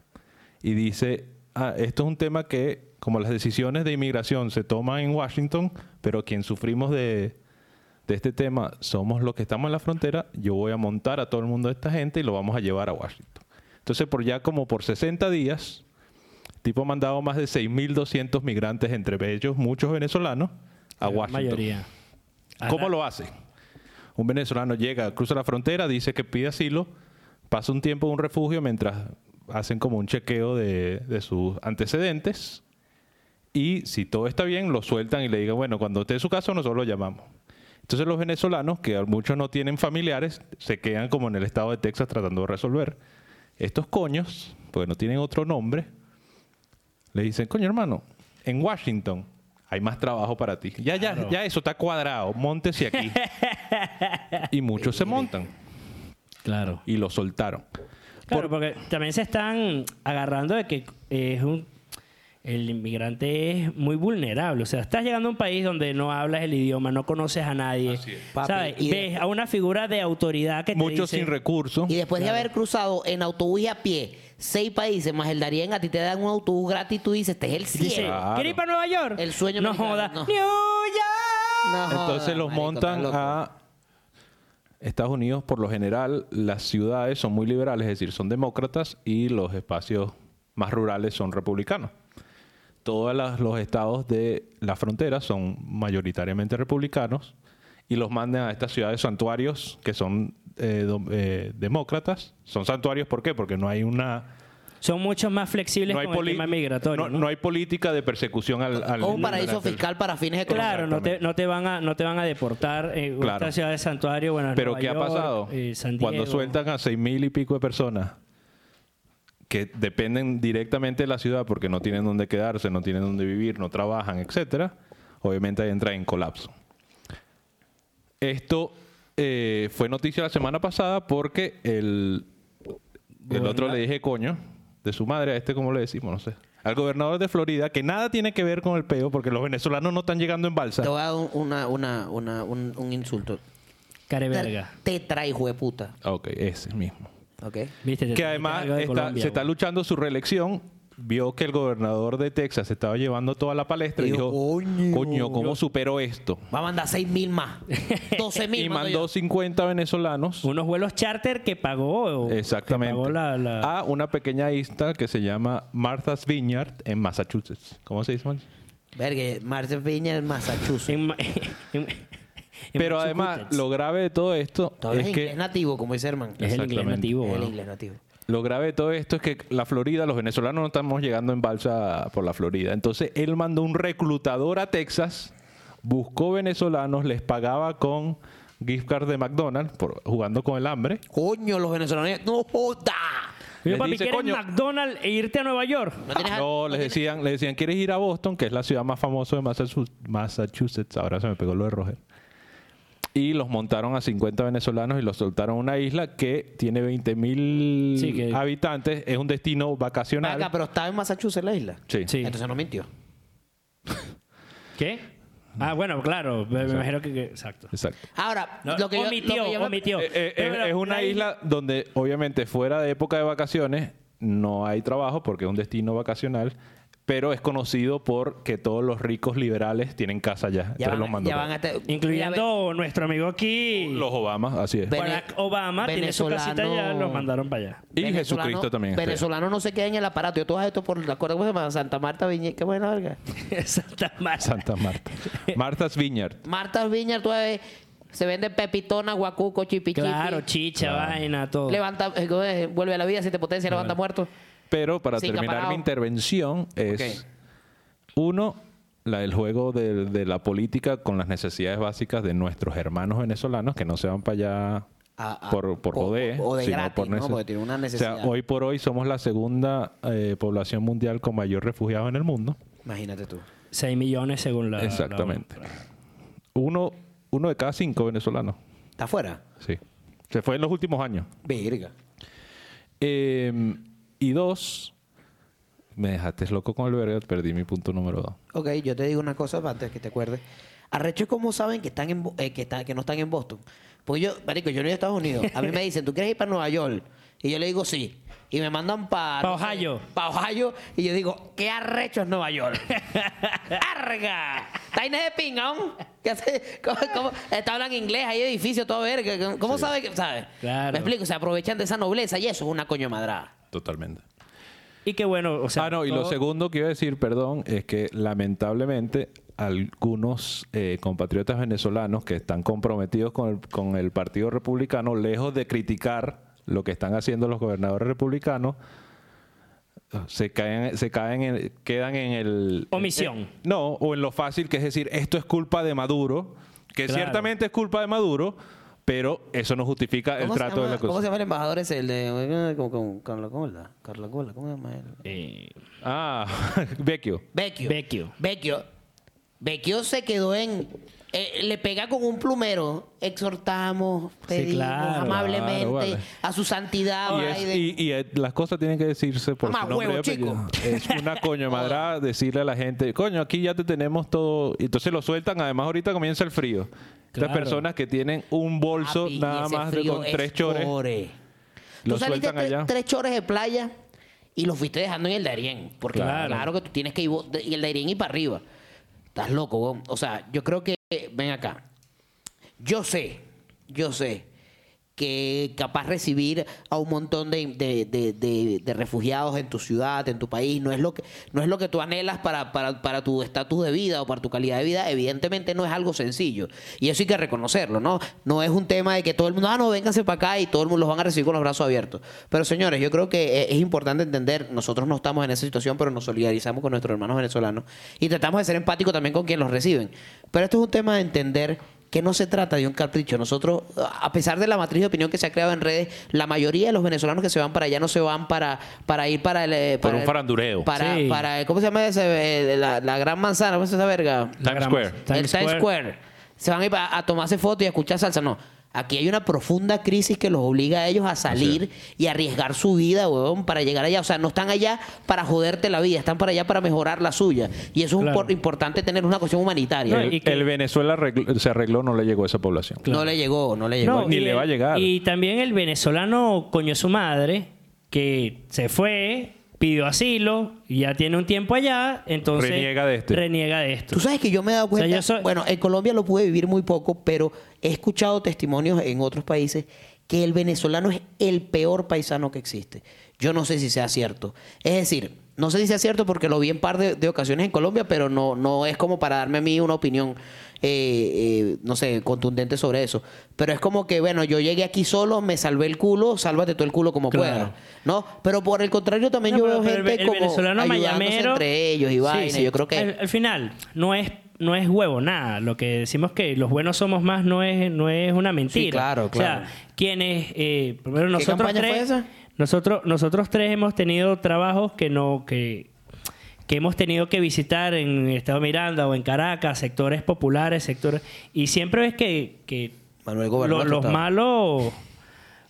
Speaker 3: Y dice, ah, esto es un tema que, como las decisiones de inmigración se toman en Washington, pero quien sufrimos de, de este tema somos los que estamos en la frontera, yo voy a montar a todo el mundo de esta gente y lo vamos a llevar a Washington. Entonces, por ya como por 60 días, el tipo ha mandado más de 6.200 migrantes, entre ellos muchos venezolanos, a
Speaker 5: La
Speaker 3: Washington.
Speaker 5: mayoría. A
Speaker 3: ¿Cómo
Speaker 5: la-
Speaker 3: lo hace? Un venezolano llega, cruza la frontera, dice que pide asilo, pasa un tiempo en un refugio mientras hacen como un chequeo de, de sus antecedentes y si todo está bien lo sueltan y le digan, bueno, cuando esté su caso nosotros lo llamamos. Entonces los venezolanos, que muchos no tienen familiares, se quedan como en el estado de Texas tratando de resolver. Estos coños, porque no tienen otro nombre, le dicen, coño hermano, en Washington hay más trabajo para ti. Ya, ya, ya eso está cuadrado, montese aquí. y muchos se montan
Speaker 5: Claro.
Speaker 3: y lo soltaron.
Speaker 5: Claro, porque también se están agarrando de que es un el inmigrante es muy vulnerable. O sea, estás llegando a un país donde no hablas el idioma, no conoces a nadie.
Speaker 3: Así es.
Speaker 4: Papi,
Speaker 5: ¿Sabes?
Speaker 4: y de-
Speaker 5: Ves a una figura de autoridad que te
Speaker 3: Muchos
Speaker 5: dice,
Speaker 3: sin recursos.
Speaker 4: Y después de haber cruzado en autobús y a pie seis países más el Darien, a ti te dan un autobús gratis y tú dices, este es el cielo.
Speaker 5: Dice,
Speaker 3: Claro.
Speaker 5: ¿quieres ir para Nueva York?
Speaker 4: El sueño
Speaker 5: No
Speaker 4: americano,
Speaker 5: joda.
Speaker 4: no.
Speaker 5: ¡New York!
Speaker 4: No jodas,
Speaker 3: Entonces los
Speaker 4: Ah, marico,
Speaker 3: montan
Speaker 4: estás loco.
Speaker 3: a Estados Unidos, por lo general, las ciudades son muy liberales, es decir, son demócratas y los espacios más rurales son republicanos. Todos las- los estados de la frontera son mayoritariamente republicanos y los mandan a estas ciudades santuarios que son eh, dom- eh, demócratas. Son santuarios, ¿por qué? Porque no hay una...
Speaker 5: Son muchos más flexibles
Speaker 3: No hay,
Speaker 5: con el
Speaker 3: poli-
Speaker 5: tema migratorio.
Speaker 3: no-
Speaker 5: ¿no?
Speaker 3: no hay política de persecución al... al-
Speaker 4: O un paraíso
Speaker 3: al-
Speaker 4: fiscal para fines económicos.
Speaker 5: Claro, no te,
Speaker 3: Exactamente.
Speaker 5: no te van a no te van a deportar en
Speaker 3: Claro.
Speaker 5: esta ciudad de santuario, bueno,
Speaker 3: Pero
Speaker 5: Nueva
Speaker 3: ¿qué ha
Speaker 5: York,
Speaker 3: pasado?
Speaker 5: eh, San
Speaker 3: Cuando
Speaker 5: Diego.
Speaker 3: sueltan a seis mil y pico de personas que dependen directamente de la ciudad porque no tienen dónde quedarse, no tienen dónde vivir, no trabajan, etcétera, obviamente ahí entra en colapso. Esto eh, fue noticia la semana pasada porque el, el otro le dije coño de su madre, a este como le decimos, no sé. Al gobernador de Florida, que nada tiene que ver con el peo, porque los venezolanos no están llegando en balsa.
Speaker 4: Te voy a dar un- una, una, una, un, un insulto.
Speaker 5: Careverga.
Speaker 4: Te trae puta.
Speaker 3: Ah, Ok, ese mismo.
Speaker 4: ¿Ok?
Speaker 5: Viste, te
Speaker 3: que
Speaker 5: traje
Speaker 3: además
Speaker 5: algo de
Speaker 3: está-
Speaker 5: Colombia,
Speaker 3: se está
Speaker 5: güey.
Speaker 3: luchando su reelección. Vio que el gobernador de Texas estaba llevando toda la palestra y
Speaker 4: Dijo,
Speaker 3: dijo,
Speaker 4: "Coño".
Speaker 3: coño, ¿cómo supero esto?
Speaker 4: Va a mandar 6 mil más. 12 mil.
Speaker 3: Y mandó 50 venezolanos
Speaker 5: Unos vuelos charter que pagó. que
Speaker 3: exactamente Ah.
Speaker 5: pagó la- la-
Speaker 3: a una pequeña isla que se llama Martha's Vineyard en Massachusetts. ¿Cómo se dice? man?
Speaker 4: Verga, Marce Piña en Massachusetts.
Speaker 5: en Ma- en- en
Speaker 3: Pero además,
Speaker 5: Massachusetts.
Speaker 3: lo grave de todo esto
Speaker 4: Todo es
Speaker 3: es
Speaker 4: inglés
Speaker 3: que
Speaker 4: nativo, como dice Herman.
Speaker 5: Es el inglés
Speaker 3: Exactamente.
Speaker 5: nativo,
Speaker 4: Es el
Speaker 5: güey.
Speaker 4: inglés nativo.
Speaker 3: Lo grave de todo esto es que la Florida, los venezolanos no estamos llegando en balsa por la Florida. Entonces él mandó un reclutador a Texas, buscó venezolanos, les pagaba con gift card de McDonald's, por- jugando con el hambre.
Speaker 4: Coño, los venezolanos. ¡No joda!
Speaker 5: Yo,
Speaker 3: Les
Speaker 5: papi,
Speaker 3: dice,
Speaker 5: ¿quieres
Speaker 3: "Coño".
Speaker 5: McDonald's e irte a Nueva York?
Speaker 4: No tienes a-
Speaker 3: No, les decían, les decían, ¿quieres ir a Boston? Que es la ciudad más famosa de Massachu- Massachusetts. Ahora se me pegó lo de Roger. Y los montaron a 50 venezolanos y los soltaron a una isla que tiene 20 mil
Speaker 5: Sí, que-
Speaker 3: habitantes. Es un destino vacacional.
Speaker 4: Acá, pero estaba en Massachusetts la isla.
Speaker 3: Sí.
Speaker 5: Sí.
Speaker 4: Entonces no mintió.
Speaker 5: ¿Qué? Ah, bueno, claro. Me me imagino que... que- exacto.
Speaker 3: Exacto.
Speaker 4: Ahora,
Speaker 5: No,
Speaker 4: lo que yo- lo
Speaker 5: omitió,
Speaker 4: que yo me-
Speaker 5: omitió.
Speaker 3: Eh, eh,
Speaker 5: Pero,
Speaker 3: es-
Speaker 5: pero,
Speaker 3: es una
Speaker 5: la
Speaker 3: isla donde, obviamente, fuera de época de vacaciones, no hay trabajo porque es un destino vacacional, pero es conocido por que todos los ricos liberales tienen casa allá.
Speaker 4: Ya
Speaker 3: Entonces los
Speaker 4: van,
Speaker 3: mandó
Speaker 4: ya
Speaker 3: para-
Speaker 4: van hasta- Mira,
Speaker 5: Incluyendo nuestro amigo aquí.
Speaker 3: Los Obamas, así es.
Speaker 4: Ve-
Speaker 5: Barack Obama tiene su casita allá,
Speaker 4: venezolano.
Speaker 5: los mandaron para allá.
Speaker 3: y
Speaker 4: venezolano-
Speaker 3: Jesucristo también. este. está allá.
Speaker 4: Venezolano no se queda en el aparato. Yo todo esto por la cuerda, ¿cómo se llama? Santa Marta Viñe. Qué buena verga.
Speaker 5: Santa Marta.
Speaker 3: Santa Marta. Martha's Vineyard.
Speaker 4: Marta Viña, tú ves, se vende pepitona, guacuco, chipichipi.
Speaker 5: Claro, chicha, vaina, todo.
Speaker 4: Levanta, eh, ¿cómo es? vuelve a la vida, si te potencia, levanta muerto.
Speaker 3: Pero para
Speaker 4: Sí,
Speaker 3: terminar
Speaker 4: caparao.
Speaker 3: mi intervención es
Speaker 4: Ok.
Speaker 3: uno, la, el juego de, de la política con las necesidades básicas de nuestros hermanos venezolanos que no se van para allá
Speaker 4: A- a-
Speaker 3: por, por
Speaker 4: o-
Speaker 3: joder,
Speaker 4: o de
Speaker 3: sino
Speaker 4: gratis,
Speaker 3: por
Speaker 4: ¿no?
Speaker 3: neces-
Speaker 4: Porque tienen una
Speaker 3: O
Speaker 4: necesidad.
Speaker 3: sea, hoy por hoy somos la segunda eh, población mundial con mayor refugiado en el mundo.
Speaker 4: Imagínate tú.
Speaker 5: 6 millones según Ah, la... la-
Speaker 3: Exactamente. Uno, uno de cada cinco venezolanos.
Speaker 4: ¿Está afuera?
Speaker 3: Sí. Se fue en los últimos años.
Speaker 4: Virga.
Speaker 3: Eh, y dos, me dejaste loco con el verga, perdí mi punto número dos.
Speaker 4: Ok, yo te digo una cosa para antes que te acuerdes. Arrecho es como saben que, están en, Bo- eh, que, está- que no están en Boston. Porque yo, marico, yo no he ido a Estados Unidos. A mí me dicen, ¿tú quieres ir para Nueva York? Y yo le digo sí. Y me mandan para...
Speaker 5: Pa' Ohio.
Speaker 4: Para Ohio. Y yo digo, ¿qué arrecho es Nueva York? ¡Arga! Taines de pingón. ¿Qué hace? ¿Cómo, cómo? Eh, te hablan inglés, hay edificios, todo verga. ¿Cómo sabe que sabes?
Speaker 5: Claro.
Speaker 4: Me explico, se aprovechan de esa nobleza y eso es una coño madrada.
Speaker 3: Totalmente.
Speaker 5: Y que bueno, o sea.
Speaker 3: ah, no, y lo
Speaker 5: todo-
Speaker 3: segundo que iba a decir, perdón, es que lamentablemente algunos eh, compatriotas venezolanos que están comprometidos con el, con el Partido Republicano, lejos de criticar lo que están haciendo los gobernadores republicanos, se caen, se caen en- quedan en el...
Speaker 5: Omisión.
Speaker 3: en- no, o en lo fácil que es decir, esto es culpa de Maduro, que
Speaker 5: Claro.
Speaker 3: ciertamente es culpa de Maduro, pero eso no justifica el
Speaker 4: ¿Cómo se
Speaker 3: trato de
Speaker 4: llama-
Speaker 3: la cosa.
Speaker 4: ¿Cómo se llama el embajador ese? El de... Con, con, Carla Cola. Carla Cola, ¿cómo se llama él?
Speaker 5: Eh,
Speaker 3: Ah, Vecchio.
Speaker 4: Vecchio.
Speaker 5: Vecchio.
Speaker 4: Vecchio. Vecchio se quedó en. eh, le pega con un plumero. Exhortamos, pedimos
Speaker 5: claro.
Speaker 4: amablemente
Speaker 3: Claro, vale.
Speaker 4: a su santidad.
Speaker 3: Y, es-
Speaker 4: Biden.
Speaker 3: y- y, eh, las cosas tienen que decirse por
Speaker 4: Mamá,
Speaker 3: su nombre
Speaker 4: huevo,
Speaker 3: y apellido. Es una coño madrá decirle a la gente, coño, aquí ya te tenemos todo. Y entonces lo sueltan. Además, ahorita comienza el frío.
Speaker 5: Claro.
Speaker 3: Estas personas que tienen un bolso
Speaker 4: Papi, y
Speaker 3: nada
Speaker 4: ese
Speaker 3: más de
Speaker 4: frío
Speaker 3: con
Speaker 4: es
Speaker 3: tres chores,
Speaker 4: core.
Speaker 3: lo
Speaker 4: Tú saliste
Speaker 3: sueltan
Speaker 4: tre-
Speaker 3: allá.
Speaker 4: tres chores de playa y los fuiste dejando en el Darién. Porque claro.
Speaker 5: Claro.
Speaker 4: que tú tienes que ir vo- de- y el Darién y para arriba. Estás loco, weón. O sea, yo creo que. Ven acá. Yo sé, yo sé que capaz recibir a un montón de, de- de- de- de refugiados en tu ciudad, en tu país, no es lo que, no es lo que tú anhelas para, para- para tu estatus de vida o para tu calidad de vida, evidentemente no es algo sencillo. Y eso hay que reconocerlo, ¿no? No es un tema de que todo el mundo, ah, no, vénganse para acá y todo el mundo los van a recibir con los brazos abiertos. Pero señores, yo creo que eh, es importante entender, nosotros no estamos en esa situación, pero nos solidarizamos con nuestros hermanos venezolanos y tratamos de ser empáticos también con quienes los reciben. Pero esto es un tema de entender que no se trata de un capricho. Nosotros, a pesar de la matriz de opinión que se ha creado en redes, la mayoría de los venezolanos que se van para allá no se van para, para ir para el... eh,
Speaker 3: Por
Speaker 4: para
Speaker 3: un
Speaker 4: el-
Speaker 3: farandureo.
Speaker 4: Para,
Speaker 5: Sí.
Speaker 4: para el- ¿Cómo se llama ese? eh, de la, la gran manzana, ¿cómo es esa verga?
Speaker 3: Times
Speaker 5: gran-
Speaker 3: Square.
Speaker 5: Times
Speaker 4: el Times
Speaker 5: Square.
Speaker 4: Square. Se van a ir pa- a tomarse fotos y a escuchar salsa. No. Aquí hay una profunda crisis que los obliga a ellos a salir y arriesgar su vida, huevón, para llegar allá. O sea, no están allá para joderte la vida, están para allá para mejorar la suya. Y eso es un
Speaker 5: Claro.
Speaker 4: por- importante tener es una cuestión humanitaria.
Speaker 5: No,
Speaker 4: No,
Speaker 5: y
Speaker 3: El,
Speaker 5: que-
Speaker 3: el Venezuela arregló- se arregló, no le llegó a esa población.
Speaker 4: le llegó, no le llegó.
Speaker 3: ni
Speaker 5: y
Speaker 3: le va a
Speaker 5: el-
Speaker 3: llegar.
Speaker 5: Y también el venezolano, coño su madre, que se fue, pidió asilo, y ya tiene un tiempo allá, entonces.
Speaker 3: Reniega de este.
Speaker 5: Reniega de esto.
Speaker 4: Tú sabes que yo me he dado cuenta,
Speaker 5: yo soy-
Speaker 4: bueno, en Colombia lo pude vivir muy poco, pero he escuchado testimonios en otros países que el venezolano es el peor paisano que existe. Yo no sé si sea cierto. Es decir, no sé si sea cierto porque lo vi en par de, de ocasiones en Colombia, pero no, no es como para darme a mí una opinión, eh, eh, no sé, contundente sobre eso. Pero es como que, bueno, yo llegué aquí solo, me salvé el culo, sálvate tú el culo como
Speaker 5: Claro.
Speaker 4: puedas. ¿No? Pero por el contrario también
Speaker 5: No,
Speaker 4: yo
Speaker 5: pero-
Speaker 4: veo
Speaker 5: pero el-
Speaker 4: gente
Speaker 5: el
Speaker 4: como
Speaker 5: venezolano
Speaker 4: ayudándose
Speaker 5: mayamero-
Speaker 4: entre ellos y
Speaker 5: Sí,
Speaker 4: vaina.
Speaker 5: sí.
Speaker 4: Yo creo que...
Speaker 5: Al, al final, no es, no es huevo nada. Lo que decimos que los buenos somos más no es, no es una mentira.
Speaker 4: claro, claro.
Speaker 5: O sea, quienes. eh, primero nosotros
Speaker 4: campaña
Speaker 5: tres.
Speaker 4: fue esa?
Speaker 5: Nosotros, nosotros tres hemos tenido trabajos que no. Que, que hemos tenido que visitar en Estado Miranda o en Caracas, sectores populares, sectores... Y siempre ves que, que
Speaker 4: Manuel Gobernador
Speaker 5: lo- los
Speaker 4: estaba.
Speaker 5: malos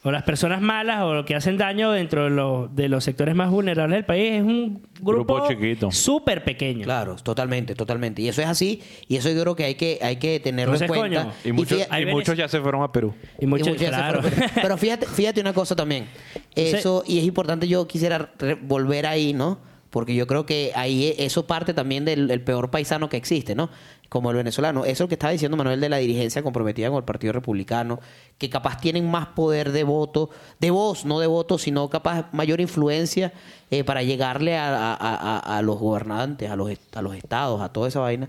Speaker 5: o las personas malas o que hacen daño dentro de los, de los sectores más vulnerables del país es un grupo,
Speaker 3: Grupo chiquito.
Speaker 5: súper pequeño.
Speaker 4: Claro, totalmente, totalmente. Y eso es así, y eso yo creo que hay que, hay que tenerlo
Speaker 5: Entonces,
Speaker 4: en cuenta.
Speaker 5: coño,
Speaker 3: Y muchos,
Speaker 4: fíjate-
Speaker 5: hay
Speaker 3: y muchos
Speaker 5: Venez-
Speaker 3: ya se fueron a Perú.
Speaker 5: Y muchos,
Speaker 4: y muchas veces
Speaker 5: claro.
Speaker 4: fueron- Pero fíjate, fíjate una cosa también.
Speaker 5: Entonces-
Speaker 4: Eso, y es importante, yo quisiera re- volver ahí, ¿no? Porque yo creo que ahí e- eso parte también del del peor paisano que existe, ¿no? Como el venezolano. Eso que estaba diciendo Manuel de la dirigencia comprometida con el Partido Republicano, que capaz tienen más poder de voto, de voz, no de voto, sino capaz mayor influencia eh, para llegarle a, a- a- a- a los gobernantes, a los, est- a los estados, a toda esa vaina.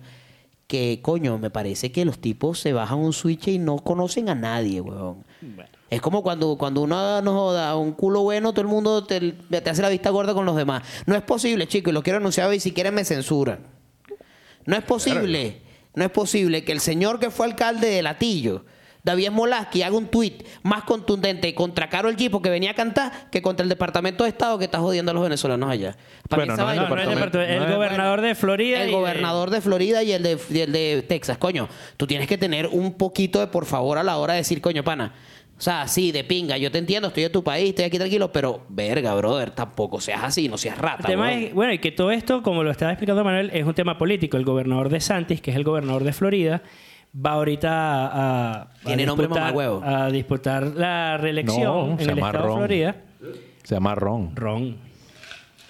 Speaker 4: Que coño, me parece que los tipos se bajan un switch y no conocen a nadie, weón. Es como cuando, cuando uno nos joda un culo bueno, todo el mundo te, te hace la vista gorda con los demás. No es posible, chicos, y lo quiero anunciar hoy, si quieren me censuran. No es posible, no es posible que el señor que fue alcalde de Latillo, David Molaski, haga un tuit más contundente contra Carol G, porque venía a cantar, que contra el Departamento de Estado que está jodiendo a los venezolanos allá. Para mí
Speaker 3: Bueno,
Speaker 4: esa
Speaker 3: no,
Speaker 5: No, no,
Speaker 4: vaina-
Speaker 5: no es de
Speaker 3: departamento.
Speaker 5: Puerto- el
Speaker 3: No es-
Speaker 5: gobernador de Florida. y
Speaker 4: el
Speaker 5: de-
Speaker 4: gobernador de Florida y el de, y el de Texas, coño, tú tienes que tener un poquito de por favor a la hora de decir, coño, pana. O sea, sí, de pinga, yo te entiendo, estoy en tu país, estoy aquí tranquilo, pero verga, brother, tampoco seas así, no seas rata.
Speaker 5: El tema
Speaker 4: weón.
Speaker 5: es, bueno, y que todo esto, como lo estaba explicando Manuel, es un tema político. El gobernador de Santis, que es el gobernador de Florida, va ahorita a, a-
Speaker 4: Tiene
Speaker 5: a
Speaker 4: nombre
Speaker 5: disputar-
Speaker 4: mamahuevo.
Speaker 5: a disputar la reelección
Speaker 3: No,
Speaker 5: en
Speaker 3: se
Speaker 5: el
Speaker 3: llama
Speaker 5: estado de
Speaker 3: Ron.
Speaker 5: Florida.
Speaker 3: Se llama Ron.
Speaker 5: Ron.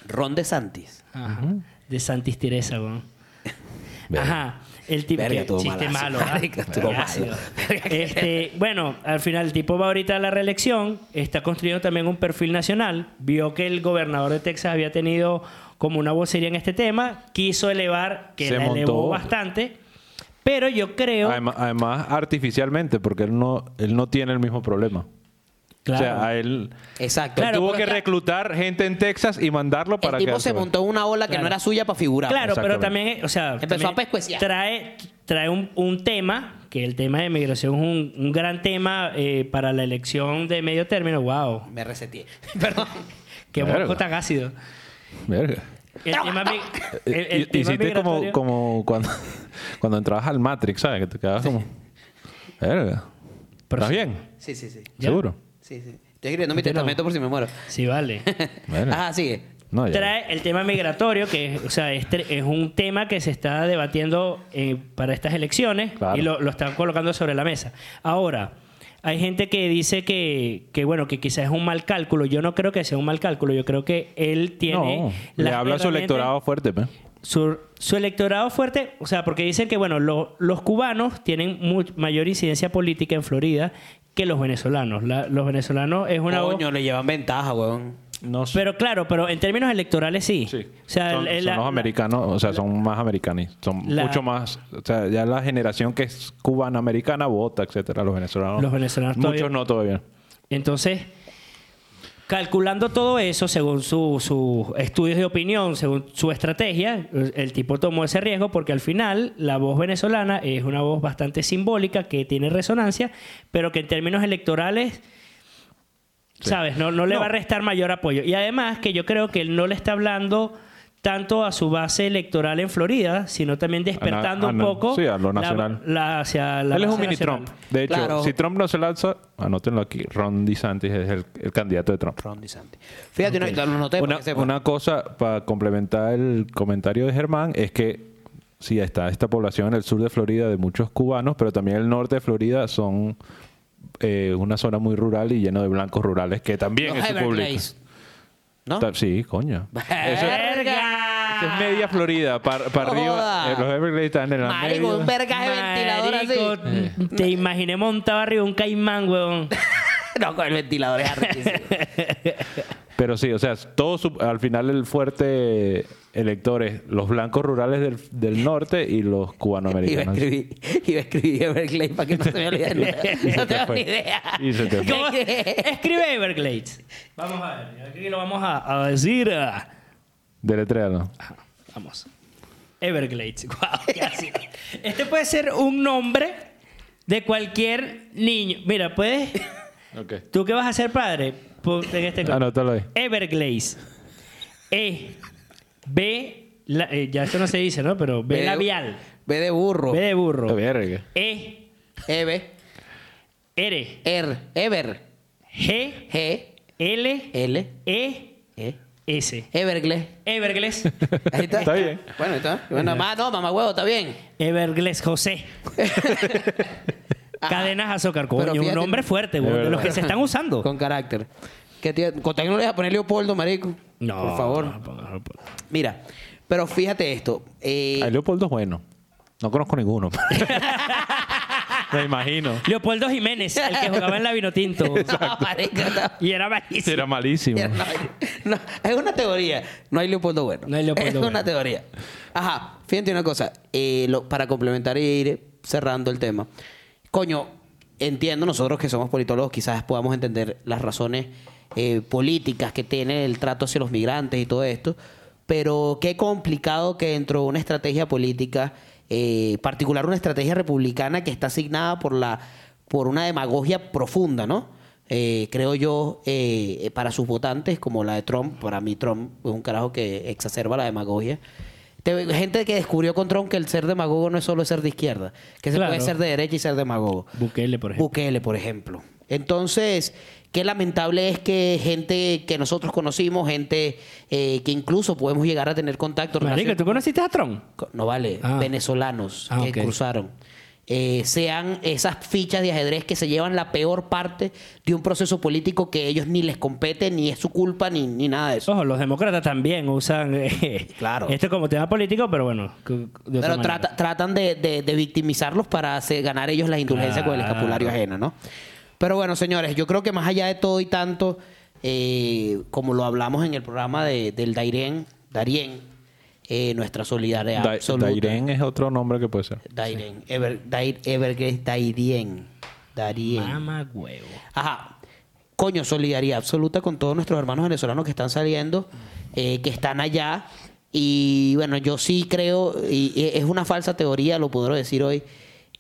Speaker 4: Ron DeSantis.
Speaker 5: Ajá. De Santis Teresa, weón.
Speaker 3: Verga.
Speaker 5: Ajá. El tipo
Speaker 4: Verga,
Speaker 5: que-
Speaker 4: estuvo
Speaker 5: chiste
Speaker 4: malazo.
Speaker 5: malo.
Speaker 4: Marica, estuvo
Speaker 5: ¿ah?
Speaker 4: malo.
Speaker 5: Este, bueno, al final el tipo va ahorita a la reelección, está construyendo también un perfil nacional, vio que el gobernador de Texas había tenido como una vocería en este tema, quiso elevar, que
Speaker 3: Se
Speaker 5: la
Speaker 3: montó.
Speaker 5: elevó bastante, pero yo creo,
Speaker 3: Además, además, artificialmente, porque él no, él no tiene el mismo problema.
Speaker 5: Claro.
Speaker 3: O sea, a él,
Speaker 4: Exacto.
Speaker 5: Claro,
Speaker 3: él tuvo
Speaker 5: pero
Speaker 3: que
Speaker 5: está-
Speaker 3: reclutar gente en Texas y mandarlo para
Speaker 4: el tipo
Speaker 3: que-
Speaker 4: se montó una ola que
Speaker 5: Claro.
Speaker 4: no era suya para figurar.
Speaker 5: Claro, pero
Speaker 3: Exactamente.
Speaker 5: también, o sea,
Speaker 4: Empezó
Speaker 5: también
Speaker 4: a pescueciar.
Speaker 5: Trae, trae un, un tema, que el tema de migración es un, un gran tema eh, para la elección de medio término. ¡Wow!
Speaker 4: Me reseteé. Perdón.
Speaker 5: ¡Qué
Speaker 3: Verga.
Speaker 5: poco tan ácido!
Speaker 3: Verga.
Speaker 5: El tema, mi- el- el
Speaker 3: Eh,
Speaker 5: tema
Speaker 3: Hiciste como,
Speaker 5: migratorio-
Speaker 3: como cuando, cuando entrabas al Matrix, ¿sabes? Que te quedabas como. Verga.
Speaker 5: Pero
Speaker 3: ¿Estás
Speaker 5: sí.
Speaker 3: bien?
Speaker 4: Sí, sí, sí.
Speaker 5: ¿Ya?
Speaker 3: ¿Seguro?
Speaker 4: Sí, sí. Estoy escribiendo mi testamento por si me muero.
Speaker 5: Sí, vale.
Speaker 3: Verga.
Speaker 4: Ajá, sigue.
Speaker 3: No, ya.
Speaker 5: Trae el tema migratorio, que es- o sea, es, tre- es un tema que se está debatiendo eh, para estas elecciones
Speaker 3: Claro.
Speaker 5: y lo, lo están colocando sobre la mesa. Ahora, hay gente que dice que, que, bueno, que quizás es un mal cálculo. Yo no creo que sea un mal cálculo. Yo creo que él tiene...
Speaker 3: No, le
Speaker 5: las
Speaker 3: habla a su
Speaker 5: herramientas-
Speaker 3: electorado fuerte, pe.
Speaker 5: Su, su electorado fuerte, o sea, porque dicen que, bueno, lo- los cubanos tienen mu- mayor incidencia política en Florida que los venezolanos. La- los venezolanos es una... voz-
Speaker 4: Coño, le llevan ventaja, weón.
Speaker 3: No sé.
Speaker 5: pero claro, pero en términos electorales sí.
Speaker 3: Sí.
Speaker 5: O sea,
Speaker 3: son,
Speaker 5: el- el-
Speaker 3: son
Speaker 5: la-
Speaker 3: los americanos, o sea, son más americanos. Son
Speaker 5: La-
Speaker 3: mucho más. O sea, ya la generación que es cubana-americana vota, etcétera. Los venezolanos.
Speaker 5: Los venezolanos
Speaker 3: Muchos
Speaker 5: todavía-
Speaker 3: no todavía.
Speaker 5: Entonces, calculando todo eso, según sus estudios de opinión, según su estrategia, el tipo tomó ese riesgo porque al final la voz venezolana es una voz bastante simbólica que tiene resonancia, pero que en términos electorales, ¿sabes? No, no le
Speaker 3: No.
Speaker 5: va a restar mayor apoyo. Y además que yo creo que él no le está hablando tanto a su base electoral en Florida, sino también despertando
Speaker 3: a na-
Speaker 5: un poco
Speaker 3: sí, a lo
Speaker 5: la-
Speaker 3: nacional.
Speaker 5: la- hacia la
Speaker 3: Él es
Speaker 5: base
Speaker 3: un mini
Speaker 5: nacional.
Speaker 3: Trump. De hecho,
Speaker 4: Claro.
Speaker 3: si Trump no se lanza, anótenlo aquí. Ron DeSantis es el, el candidato de Trump.
Speaker 4: Ron DeSantis. Fíjate, no, lo noté
Speaker 3: Una,
Speaker 4: porque se-
Speaker 3: una cosa para complementar el comentario de Germán es que sí está esta población en el sur de Florida de muchos cubanos, pero también el norte de Florida son eh, una zona muy rural y lleno de blancos rurales que también
Speaker 4: Los
Speaker 3: es su público.
Speaker 4: Everglades. ¿No?
Speaker 3: Ta- Sí, coño. Eso es-
Speaker 5: ¡Verga!
Speaker 3: eso es media Florida, para arriba.
Speaker 4: Joda.
Speaker 3: eh, los Everglades están en la
Speaker 4: Marico,
Speaker 3: media.
Speaker 4: un vergaje ventilador
Speaker 5: Marico,
Speaker 4: así.
Speaker 5: mm, Te imaginé montado arriba de un caimán, weón.
Speaker 4: no, con el ventilador es arrechísimo.
Speaker 3: Pero sí, o sea, todo su- al final el fuerte elector es los blancos rurales del, del norte y los
Speaker 4: Iba a
Speaker 3: cubanoamericanos.
Speaker 4: escribir, iba a escribir Everglade para que no se me olvide.
Speaker 3: te
Speaker 4: No, tengo
Speaker 3: fue.
Speaker 4: ni idea.
Speaker 3: Y se te fue.
Speaker 5: ¿Cómo? Escribe Everglades. Vamos a ver, aquí lo vamos a, a decir. ah.
Speaker 3: Deletréalo.
Speaker 5: Vamos. Everglades. Guau, qué ácido. Este puede ser un nombre de cualquier niño. Mira, puedes.
Speaker 3: Ok.
Speaker 5: ¿Tú qué vas a ser padre? Ponte en este
Speaker 3: Anótalo ahí.
Speaker 5: Everglades. E. B. la- eh, ya esto no se dice, ¿no? Pero B
Speaker 4: de-
Speaker 5: labial.
Speaker 4: B de burro.
Speaker 5: B de burro.
Speaker 3: Verga.
Speaker 5: E.
Speaker 4: Eve.
Speaker 5: R.
Speaker 4: Er. Ever.
Speaker 5: G.
Speaker 4: G.
Speaker 5: L.
Speaker 4: L.
Speaker 5: E.
Speaker 4: E.
Speaker 5: S.
Speaker 4: Everglade.
Speaker 5: Evergles.
Speaker 4: Ahí está.
Speaker 3: Está bien.
Speaker 4: Bueno, ahí está. Bueno, más, no, mamá huevo, está bien.
Speaker 5: Evergles José.
Speaker 4: Ajá.
Speaker 5: Cadenas azúcar,
Speaker 4: Pero
Speaker 5: coño. Un
Speaker 4: fíjate-
Speaker 5: nombre fuerte,
Speaker 3: De
Speaker 5: güey. De
Speaker 3: verdad.
Speaker 5: los que se están usando.
Speaker 4: Con carácter. ¿Qué te, con tal que no le vas a poner Leopoldo, marico.
Speaker 5: No.
Speaker 4: Por favor.
Speaker 5: no, por favor.
Speaker 4: Mira, pero fíjate esto. eh,
Speaker 3: A Ah, Leopoldo es bueno. No conozco ninguno. Me imagino.
Speaker 5: Leopoldo Jiménez, el que jugaba en la Vinotinto.
Speaker 4: no, marico, no.
Speaker 5: y era malísimo.
Speaker 3: Era malísimo.
Speaker 4: No, no, es una teoría. No hay Leopoldo bueno.
Speaker 5: No hay Leopoldo
Speaker 4: es
Speaker 5: bueno.
Speaker 4: una teoría. Ajá. Fíjate una cosa. eh, lo- para complementar y ir cerrando el tema. Coño, entiendo nosotros que somos politólogos, quizás podamos entender las razones eh, políticas que tiene el trato hacia los migrantes y todo esto. Pero qué complicado que dentro de una estrategia política, eh, particular una estrategia republicana que está asignada por la por una demagogia profunda, ¿no? eh, creo yo, eh, para sus votantes, como la de Trump, para mí Trump es un carajo que exacerba la demagogia. Te- gente que descubrió con Trump que el ser demagogo no es solo ser de izquierda, que se
Speaker 5: Claro.
Speaker 4: puede ser de derecha y ser demagogo.
Speaker 5: Bukele, por ejemplo.
Speaker 4: Bukele, por ejemplo. Entonces, qué lamentable es que gente que nosotros conocimos, gente eh, que incluso podemos llegar a tener contacto.
Speaker 5: Marico,
Speaker 4: relación-
Speaker 5: ¿tú conociste a Tron?
Speaker 4: no vale,
Speaker 5: Ah.
Speaker 4: venezolanos
Speaker 5: Ah,
Speaker 4: que
Speaker 5: ok.
Speaker 4: cruzaron. eh, sean esas fichas de ajedrez que se llevan la peor parte de un proceso político que ellos ni les compete, ni es su culpa, ni, ni nada de eso.
Speaker 5: Ojo, los demócratas también usan eh,
Speaker 2: Claro.
Speaker 5: esto como tema político, pero bueno. cu- de otra
Speaker 4: Pero
Speaker 5: manera.
Speaker 4: trata- tratan de, de- de victimizarlos para hacer- ganar ellos las indulgencias con el
Speaker 5: Claro.
Speaker 4: escapulario ajeno, ¿no? Pero bueno, señores, yo creo que más allá de todo y tanto, eh, como lo hablamos en el programa de- del Dairén, Darien, eh, nuestra solidaridad
Speaker 3: Da-
Speaker 4: absoluta.
Speaker 3: Dairén es otro nombre que puede ser.
Speaker 4: Dairén, Ever- Dair- Evergrace Dairien. Darien.
Speaker 5: Mama huevo.
Speaker 4: Ajá. Coño, solidaridad absoluta con todos nuestros hermanos venezolanos que están saliendo, eh, que están allá. Y bueno, yo sí creo, y, y es una falsa teoría, lo podré decir hoy.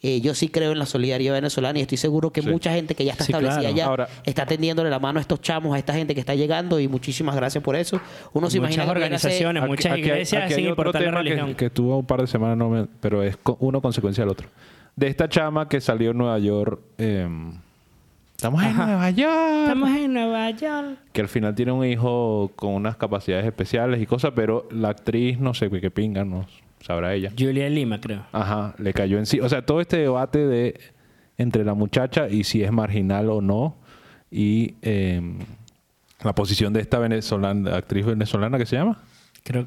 Speaker 4: eh, yo sí creo en la solidaridad venezolana y estoy seguro que
Speaker 3: Sí.
Speaker 4: mucha gente que ya está
Speaker 5: Sí,
Speaker 4: establecida
Speaker 5: claro.
Speaker 4: allá
Speaker 3: Ahora-
Speaker 4: está tendiéndole la mano a estos chamos, a esta gente que está llegando y muchísimas gracias por eso. Uno se imagina
Speaker 5: Muchas
Speaker 4: que viene a ser-
Speaker 5: organizaciones, muchas
Speaker 3: hay-
Speaker 5: iglesias,
Speaker 3: aquí hay
Speaker 5: sin
Speaker 3: otro
Speaker 5: importar la
Speaker 3: tema que-
Speaker 5: religión.
Speaker 3: Que, tuvo un par de semanas, no me- pero es co- uno consecuencia del otro. De esta chama que salió en Nueva York. em, Estamos en Nueva York.
Speaker 5: Estamos en Nueva York.
Speaker 3: Que al final tiene un hijo con unas capacidades especiales y cosas, pero la actriz, no sé qué pinga, no sabrá ella.
Speaker 5: Julia Lima, creo.
Speaker 3: Ajá, le cayó en sí. O sea, todo este debate de entre la muchacha y si es marginal o no, y eh, la posición de esta venezolana, actriz venezolana que se llama.
Speaker 5: creo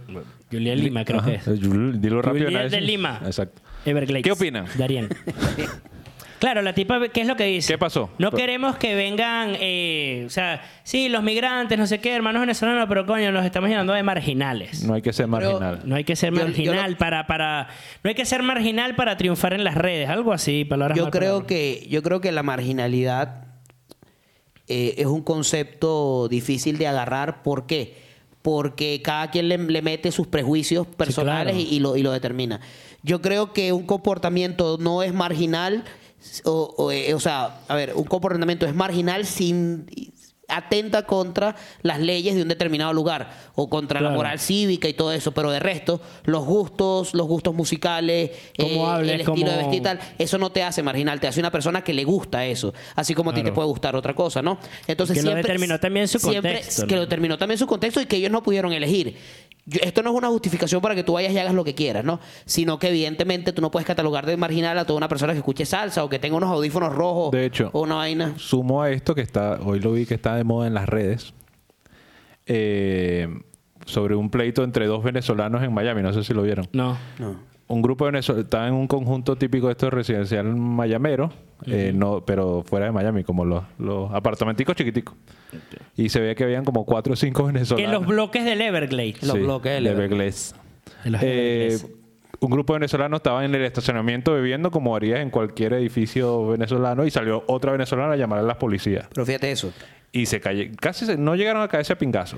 Speaker 5: Julia Lima, creo
Speaker 3: Ajá,
Speaker 5: que es.
Speaker 3: eh, Jul- Dilo rápido.
Speaker 5: Juliet
Speaker 3: nadie
Speaker 5: de
Speaker 3: se-
Speaker 5: Lima.
Speaker 3: Exacto.
Speaker 5: Everglades.
Speaker 3: ¿Qué opinan?
Speaker 5: Darien. Claro, la tipa, ¿qué es lo que dice?
Speaker 3: ¿Qué pasó?
Speaker 5: No
Speaker 3: Pero-
Speaker 5: queremos que vengan, eh, o sea, sí, los migrantes, no sé qué, hermanos venezolanos, pero coño, los estamos llenando de marginales.
Speaker 3: No hay que ser marginal.
Speaker 5: No hay que ser
Speaker 4: Yo- yo
Speaker 5: marginal
Speaker 4: lo-
Speaker 5: para, para... No hay que ser marginal para triunfar en las redes, algo así, palabras
Speaker 4: yo
Speaker 5: mal
Speaker 4: creo
Speaker 5: palabras.
Speaker 4: que yo creo que la marginalidad eh, es un concepto difícil de agarrar ¿por qué? porque cada quien le, le mete sus prejuicios personales
Speaker 5: claro.
Speaker 4: y, y lo, y lo determina yo creo que un comportamiento no es marginal o, o, eh, o sea a ver un comportamiento es marginal sin atenta contra las leyes de un determinado lugar o contra la
Speaker 5: Claro.
Speaker 4: moral cívica y todo eso pero de resto los gustos los gustos musicales eh,
Speaker 5: Cómo hables,
Speaker 4: el estilo
Speaker 5: cómo-
Speaker 4: de vestir y tal eso no te hace marginal, te hace una persona que le gusta eso, así como a ti
Speaker 5: Claro.
Speaker 4: te puede gustar otra cosa, ¿no? Entonces
Speaker 5: Y que lo
Speaker 4: siempre
Speaker 5: determinó también su
Speaker 4: siempre-
Speaker 5: contexto, ¿no?
Speaker 4: que lo determinó también su contexto y que ellos no pudieron elegir. Yo- esto no es una justificación para que tú vayas y hagas lo que quieras, ¿no? Sino que evidentemente tú no puedes catalogar de marginal a toda una persona que escuche salsa o que tenga unos audífonos rojos
Speaker 3: De hecho.
Speaker 4: o una vaina.
Speaker 3: Sumo a esto que está, hoy lo vi que está de moda en las redes, eh, sobre un pleito entre dos venezolanos en Miami, no sé si lo vieron.
Speaker 5: No.
Speaker 3: un grupo de venezolanos estaba en un conjunto típico de estos residencial mayamero, eh, no, pero fuera de Miami, como los, los apartamenticos chiquiticos. Y se veía que habían como cuatro o cinco
Speaker 5: Que
Speaker 3: venezolanos.
Speaker 5: los bloques del Everglades.
Speaker 4: los bloques del
Speaker 3: de
Speaker 4: Everglades.
Speaker 3: Everglades.
Speaker 5: De los
Speaker 3: Eh,
Speaker 5: Everglades.
Speaker 3: un grupo de venezolanos estaba en el estacionamiento bebiendo como harías en cualquier edificio venezolano y salió otra venezolana a llamar a las policías.
Speaker 4: Pero fíjate eso,
Speaker 3: Y se cayó. Casi se- no llegaron a caerse a pingazo.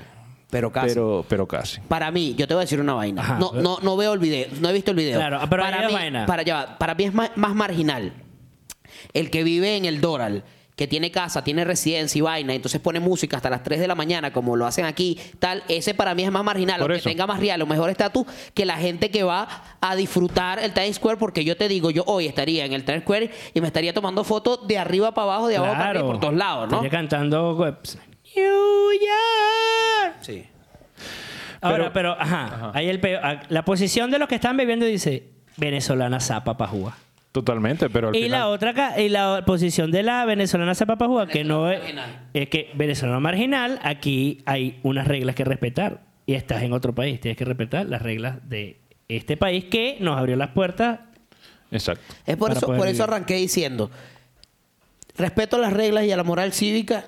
Speaker 4: pero casi.
Speaker 3: Pero, pero casi.
Speaker 4: Para mí, yo te voy a decir una vaina.
Speaker 5: Ajá.
Speaker 4: No, no, no veo el video, no he visto el video.
Speaker 5: Claro, pero hay
Speaker 4: para
Speaker 5: dos
Speaker 4: mí,
Speaker 5: vainas.
Speaker 4: Para, ya va, para mí es ma- más, marginal. El que vive en el Doral, que tiene casa, tiene residencia y vaina, entonces pone música hasta las 3 de la mañana, como lo hacen aquí, tal, ese para mí es más marginal,
Speaker 3: Por
Speaker 4: aunque
Speaker 3: eso.
Speaker 4: tenga más real o mejor estatus, que la gente que va a disfrutar el Times Square, porque yo te digo, yo hoy estaría en el Times Square y me estaría tomando fotos de arriba para abajo, de abajo para arriba, y por todos lados, ¿no?
Speaker 5: Estaría cantando pues, New York.
Speaker 4: Sí.
Speaker 5: Ahora, pero, ajá, ahí el peo- ah, La posición de los que están bebiendo dice venezolana zapa pa' jugar.
Speaker 3: Totalmente, pero al
Speaker 5: Y
Speaker 3: final-
Speaker 5: la otra acá- y la o- posición de la venezolana zapa pa' jugar, que no es,
Speaker 4: marginal.
Speaker 5: es que venezolana marginal, aquí hay unas reglas que respetar. Y estás en otro país, tienes que respetar las reglas de este país que nos abrió las puertas.
Speaker 3: Exacto.
Speaker 4: Es por
Speaker 5: para
Speaker 4: eso,
Speaker 5: poder
Speaker 4: por eso
Speaker 5: vivir.
Speaker 4: arranqué diciendo, respeto a las reglas y a la moral cívica,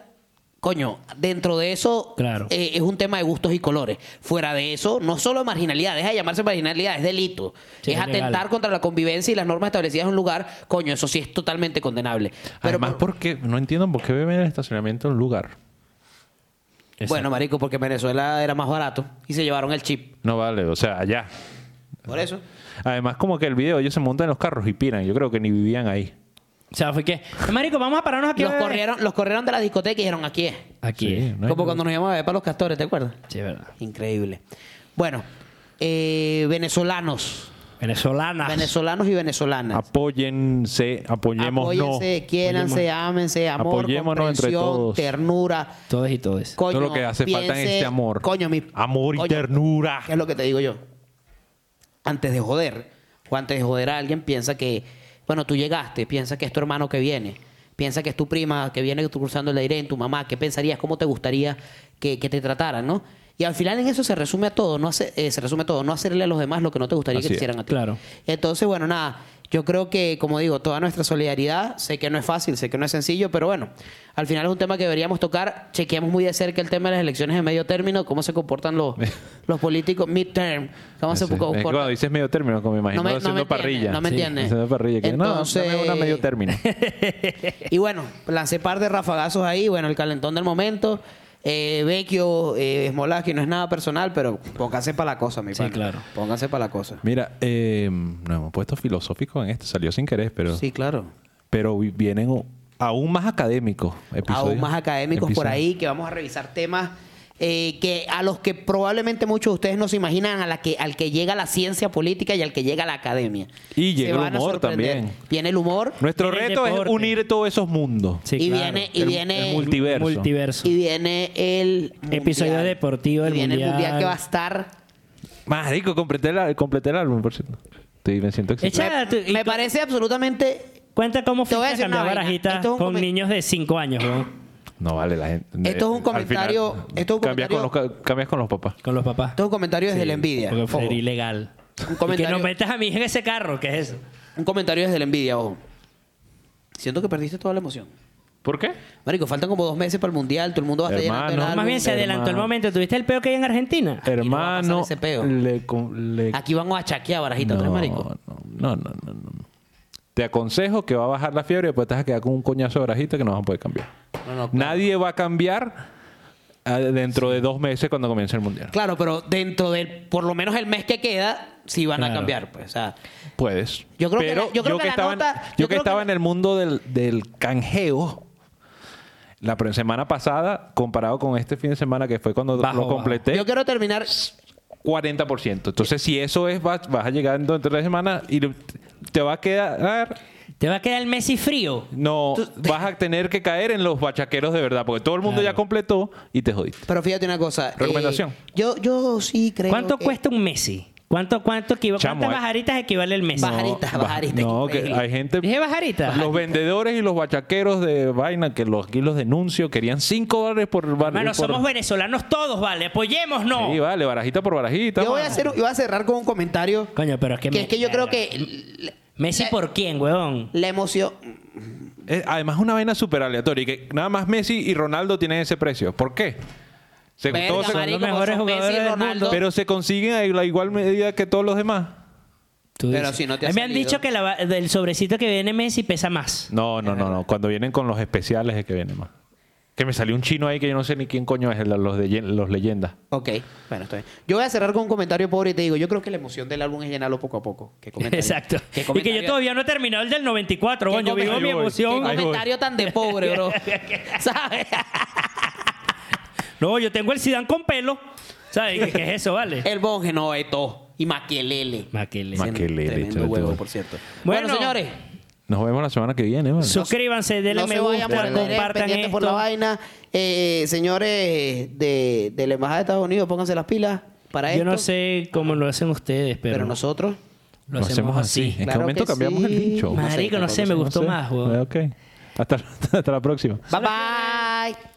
Speaker 4: coño, dentro de eso
Speaker 5: Claro.
Speaker 4: eh, es un tema de gustos y colores. Fuera de eso, no solo marginalidad, deja de llamarse marginalidad, es delito.
Speaker 5: Sí,
Speaker 4: es
Speaker 5: es
Speaker 4: atentar
Speaker 5: legal.
Speaker 4: contra la convivencia y las normas establecidas en un lugar, coño, eso sí es totalmente condenable. Pero
Speaker 3: Además,
Speaker 4: por-
Speaker 3: porque no entiendo por qué beben en el estacionamiento en un lugar.
Speaker 4: bueno, marico, porque en Venezuela era más barato y se llevaron el chip.
Speaker 3: No vale, o sea, allá.
Speaker 4: Por eso.
Speaker 3: Además, como que el video, ellos se montan en los carros y piran. Yo creo que ni vivían ahí.
Speaker 5: O sea, fue que, marico, vamos a pararnos aquí.
Speaker 4: Los
Speaker 5: a beber".
Speaker 4: corrieron, los corrieron de la discoteca y dijeron aquí es.
Speaker 5: Aquí.
Speaker 3: Sí,
Speaker 5: eh.
Speaker 3: no hay-
Speaker 4: Como cuando nos llamaba a ver para los castores, ¿te acuerdas?
Speaker 5: Sí, es verdad.
Speaker 4: Increíble. Bueno, eh, venezolanos.
Speaker 3: Ah.
Speaker 5: Venezolanas.
Speaker 4: Venezolanos y venezolanas.
Speaker 3: Apóyense, apoyémonos.
Speaker 4: Apóyense, quiéranse, ámense, amor,
Speaker 3: Apoyémonos entre
Speaker 4: comprensión,
Speaker 3: todos.
Speaker 4: ternura.
Speaker 5: Todos y todes.
Speaker 4: Coño,
Speaker 3: Todo lo que hace falta en
Speaker 4: piense-
Speaker 3: este amor.
Speaker 4: Coño, mi
Speaker 3: Amor y
Speaker 4: coño,
Speaker 3: ternura.
Speaker 4: ¿Qué es lo que te digo yo? Antes de joder, o antes de joder a alguien, piensa que Bueno, tú llegaste, piensa que es tu hermano que viene, piensa que es tu prima que viene cruzando el aire, en tu mamá, ¿qué pensarías? ¿Cómo te gustaría que, que te trataran, no? Y al final en eso se resume a todo, no hace- eh, se resume todo, no hacerle a los demás lo que no te gustaría
Speaker 3: Así
Speaker 4: que te
Speaker 3: es,
Speaker 4: hicieran a ti.
Speaker 5: claro.
Speaker 4: Entonces, bueno, nada, yo creo que, como digo, toda nuestra solidaridad, sé que no es fácil, sé que no es sencillo, pero bueno, al final es un tema que deberíamos tocar. Chequeamos muy de cerca el tema de las elecciones de medio término, cómo se comportan los, los políticos midterm, cómo se
Speaker 3: Sí.
Speaker 4: comportan.
Speaker 3: Es que cuando dices medio término, como me imagino
Speaker 4: me- no me
Speaker 3: haciendo
Speaker 4: entiende,
Speaker 3: parrilla.
Speaker 4: no me
Speaker 3: Sí.
Speaker 4: entiende.
Speaker 3: Haciendo parrilla. que, no,
Speaker 4: Entonces-
Speaker 3: dame una medio término.
Speaker 4: Y bueno, lancé par de rafagazos ahí, bueno, el calentón del momento. Eh, Vecchio, eh, Smolaski, no es nada personal, pero pónganse para la cosa, mi
Speaker 5: Sí,
Speaker 4: pana.
Speaker 5: claro.
Speaker 4: Pónganse para la cosa.
Speaker 3: Mira, eh, nos hemos puesto filosóficos en esto. Salió sin querer, pero,
Speaker 4: Sí, claro.
Speaker 3: pero vi- vienen o- aún más académicos.
Speaker 4: aún
Speaker 3: episodios.
Speaker 4: más académicos por
Speaker 3: Episodios.
Speaker 4: ahí, que vamos a revisar temas eh, que a los que probablemente muchos de ustedes no se imaginan, a la que, al que llega la ciencia política y al que llega la academia.
Speaker 3: Y
Speaker 4: Se
Speaker 3: llega el
Speaker 4: van a
Speaker 3: humor
Speaker 4: sorprender.
Speaker 3: también.
Speaker 4: Viene el humor
Speaker 3: Nuestro
Speaker 5: Viene el
Speaker 3: reto es
Speaker 5: deporte.
Speaker 3: unir todos esos mundos.
Speaker 5: Sí,
Speaker 4: y,
Speaker 5: claro.
Speaker 4: viene, y
Speaker 3: El-
Speaker 4: viene
Speaker 3: el multi- Multiverso.
Speaker 5: Multiverso.
Speaker 4: y viene el
Speaker 5: Episodio
Speaker 4: mundial.
Speaker 5: deportivo del
Speaker 4: y viene el
Speaker 5: mundial.
Speaker 4: mundial que va a estar
Speaker 3: Marico, completé, el completé el álbum, por cierto. Estoy, me siento
Speaker 5: Echa-
Speaker 3: excitado.
Speaker 5: Ah, tú- y
Speaker 4: me
Speaker 5: tú-
Speaker 4: parece absolutamente
Speaker 5: Cuenta cómo
Speaker 4: Te voy
Speaker 5: fuiste
Speaker 4: a
Speaker 5: a
Speaker 4: decir
Speaker 5: cambiar
Speaker 4: una vaina.
Speaker 5: barajitas
Speaker 4: Esto es un
Speaker 5: con
Speaker 4: comen-
Speaker 5: niños de 5 años, weón,
Speaker 3: No vale la gente. eh,
Speaker 4: Esto es un
Speaker 3: Al
Speaker 4: comentario-
Speaker 3: final,
Speaker 4: esto es un
Speaker 3: cambias
Speaker 4: comentario-
Speaker 3: Con los, ca- cambias con los papás.
Speaker 5: con los papás.
Speaker 4: todo un comentario desde la envidia.
Speaker 5: Porque
Speaker 4: Ojo.
Speaker 5: fue ilegal.
Speaker 4: Un
Speaker 5: Y que
Speaker 4: comentario-
Speaker 5: no metas a mi hija en ese carro, ¿qué es eso?
Speaker 4: Un comentario desde la envidia, ojo. Siento que perdiste toda la emoción.
Speaker 3: ¿Por qué?
Speaker 4: Marico, faltan como dos meses para el mundial, todo el mundo va a estar
Speaker 3: Hermano.
Speaker 4: llenando el
Speaker 3: Más
Speaker 5: Más
Speaker 4: álbum.
Speaker 5: bien se adelantó el
Speaker 3: hermano.
Speaker 5: momento. ¿Tuviste el peo que hay en Argentina?
Speaker 3: Hermano,
Speaker 4: ese peo.
Speaker 3: le, con- le-
Speaker 4: Aquí van a chaquear barajita tres
Speaker 3: no,
Speaker 4: marico.
Speaker 3: No, no, no, no, no. Te aconsejo que va a bajar la fiebre y después te vas a quedar con un coñazo de barajita que no vas a poder cambiar.
Speaker 4: No, no, claro.
Speaker 3: Nadie va a cambiar ah, dentro de dos meses cuando comience el mundial.
Speaker 4: Claro, pero dentro del, por lo menos el mes que queda, sí van a
Speaker 5: Claro.
Speaker 4: cambiar, pues. O sea,
Speaker 3: Puedes.
Speaker 4: Yo creo que
Speaker 3: Pero
Speaker 4: la- yo creo que la
Speaker 3: estaba, en-
Speaker 4: nota-
Speaker 3: yo que
Speaker 4: yo creo
Speaker 3: estaba
Speaker 4: que-
Speaker 3: en el mundo del, del canjeo la pre- semana pasada comparado con este fin de semana que fue cuando
Speaker 5: Bajo,
Speaker 3: lo
Speaker 5: bajo.
Speaker 3: completé.
Speaker 4: yo quiero terminar.
Speaker 3: 40%. Entonces, si eso es, vas, vas a llegar dentro de tres semanas y lo- te va a quedar.
Speaker 5: ¿Te va a quedar el Messi frío?
Speaker 3: No, vas a tener que caer en los bachaqueros de verdad, porque todo el mundo ya completó y te jodiste.
Speaker 4: Pero fíjate una cosa. eh,
Speaker 3: Recomendación.
Speaker 4: yo, yo sí creo.
Speaker 5: ¿Cuánto
Speaker 4: que-
Speaker 5: cuesta un Messi? ¿Cuánto, cuánto equivo-
Speaker 3: Chamo,
Speaker 5: ¿Cuántas
Speaker 3: eh.
Speaker 5: bajaritas equivale el Messi?
Speaker 4: Bajaritas,
Speaker 3: No,
Speaker 4: bajaritas.
Speaker 3: No, que hay gente.
Speaker 5: Dije bajaritas.
Speaker 3: Los vendedores y los bachaqueros de vaina que los aquí los denuncio querían 5 dólares por bar-
Speaker 5: Hermano,
Speaker 3: por-
Speaker 5: somos venezolanos todos, vale. Apoyémonos.
Speaker 3: Sí, vale, barajita por barajita.
Speaker 4: Yo voy a,
Speaker 3: mano.
Speaker 4: hacer, yo voy a cerrar con un comentario.
Speaker 5: Coño, pero es que
Speaker 4: que
Speaker 5: me-
Speaker 4: es que yo creo
Speaker 5: verga.
Speaker 4: que l-
Speaker 5: ¿Messi por quién, weón?
Speaker 4: la emoción.
Speaker 3: Eh, además, una vaina súper aleatoria. y que nada más Messi y Ronaldo tienen ese precio. ¿Por qué? Se,
Speaker 4: Verga,
Speaker 3: todos son-
Speaker 5: los
Speaker 4: marico,
Speaker 5: mejores
Speaker 4: son Messi,
Speaker 5: jugadores del
Speaker 4: Ronaldo.
Speaker 5: mundo.
Speaker 3: pero se consiguen a la igual medida que todos los demás.
Speaker 5: Tú
Speaker 4: Pero
Speaker 5: dices.
Speaker 4: si no te ha
Speaker 5: Me han
Speaker 4: salido.
Speaker 5: dicho que la va- del sobrecito que viene Messi pesa más.
Speaker 3: No, no, no, no. Cuando vienen con los especiales es que vienen más. Que me salió un chino ahí que yo no sé ni quién coño es, el de los, de, Yen- los leyendas.
Speaker 4: Ok, bueno, está bien. Yo voy a cerrar con un comentario pobre y te digo, yo creo que la emoción del álbum es llenarlo poco a poco. ¿Qué comentario?
Speaker 5: Exacto.
Speaker 4: ¿Qué
Speaker 5: y que yo
Speaker 4: comentario?
Speaker 5: todavía no he terminado el del 94,
Speaker 4: ¿Qué
Speaker 5: weón. Yo vivo
Speaker 4: comentario?
Speaker 5: mi
Speaker 3: Ahí voy.
Speaker 5: emoción.
Speaker 4: Qué
Speaker 3: Ahí voy.
Speaker 4: comentario tan de pobre, bro. ¿Sabes?
Speaker 5: No, yo tengo el Sidán con pelo. ¿Sabes? ¿Qué, qué es eso, vale?
Speaker 4: El Bonge no Eto y Maquelele.
Speaker 5: Maquele.
Speaker 3: Ma- Maquelele,
Speaker 4: Tremendo
Speaker 3: chaval,
Speaker 4: huevo,
Speaker 3: tú.
Speaker 4: por cierto.
Speaker 5: Bueno,
Speaker 4: Bueno, señores,
Speaker 3: Nos vemos la semana que viene, ¿vale?
Speaker 5: Suscríbanse, denle
Speaker 4: no
Speaker 5: me
Speaker 4: se vayan por
Speaker 5: gusta,
Speaker 4: el internet,
Speaker 5: compartan
Speaker 4: pendientes
Speaker 5: esto.
Speaker 4: por la vaina. Eh, señores de, de la Embajada de Estados Unidos, pónganse las pilas para
Speaker 5: Yo
Speaker 4: esto.
Speaker 5: no sé cómo lo hacen ustedes, pero,
Speaker 4: Pero, nosotros,
Speaker 5: lo hacemos así.
Speaker 3: ¿En
Speaker 4: Claro
Speaker 3: qué momento
Speaker 4: que
Speaker 3: cambiamos
Speaker 4: sí.
Speaker 3: el bicho?
Speaker 4: No sé,
Speaker 5: Marico, no sé, me
Speaker 4: tampoco
Speaker 5: gustó
Speaker 3: No sé.
Speaker 5: más, weón.
Speaker 3: Ok. Hasta, hasta la próxima.
Speaker 4: bye bye.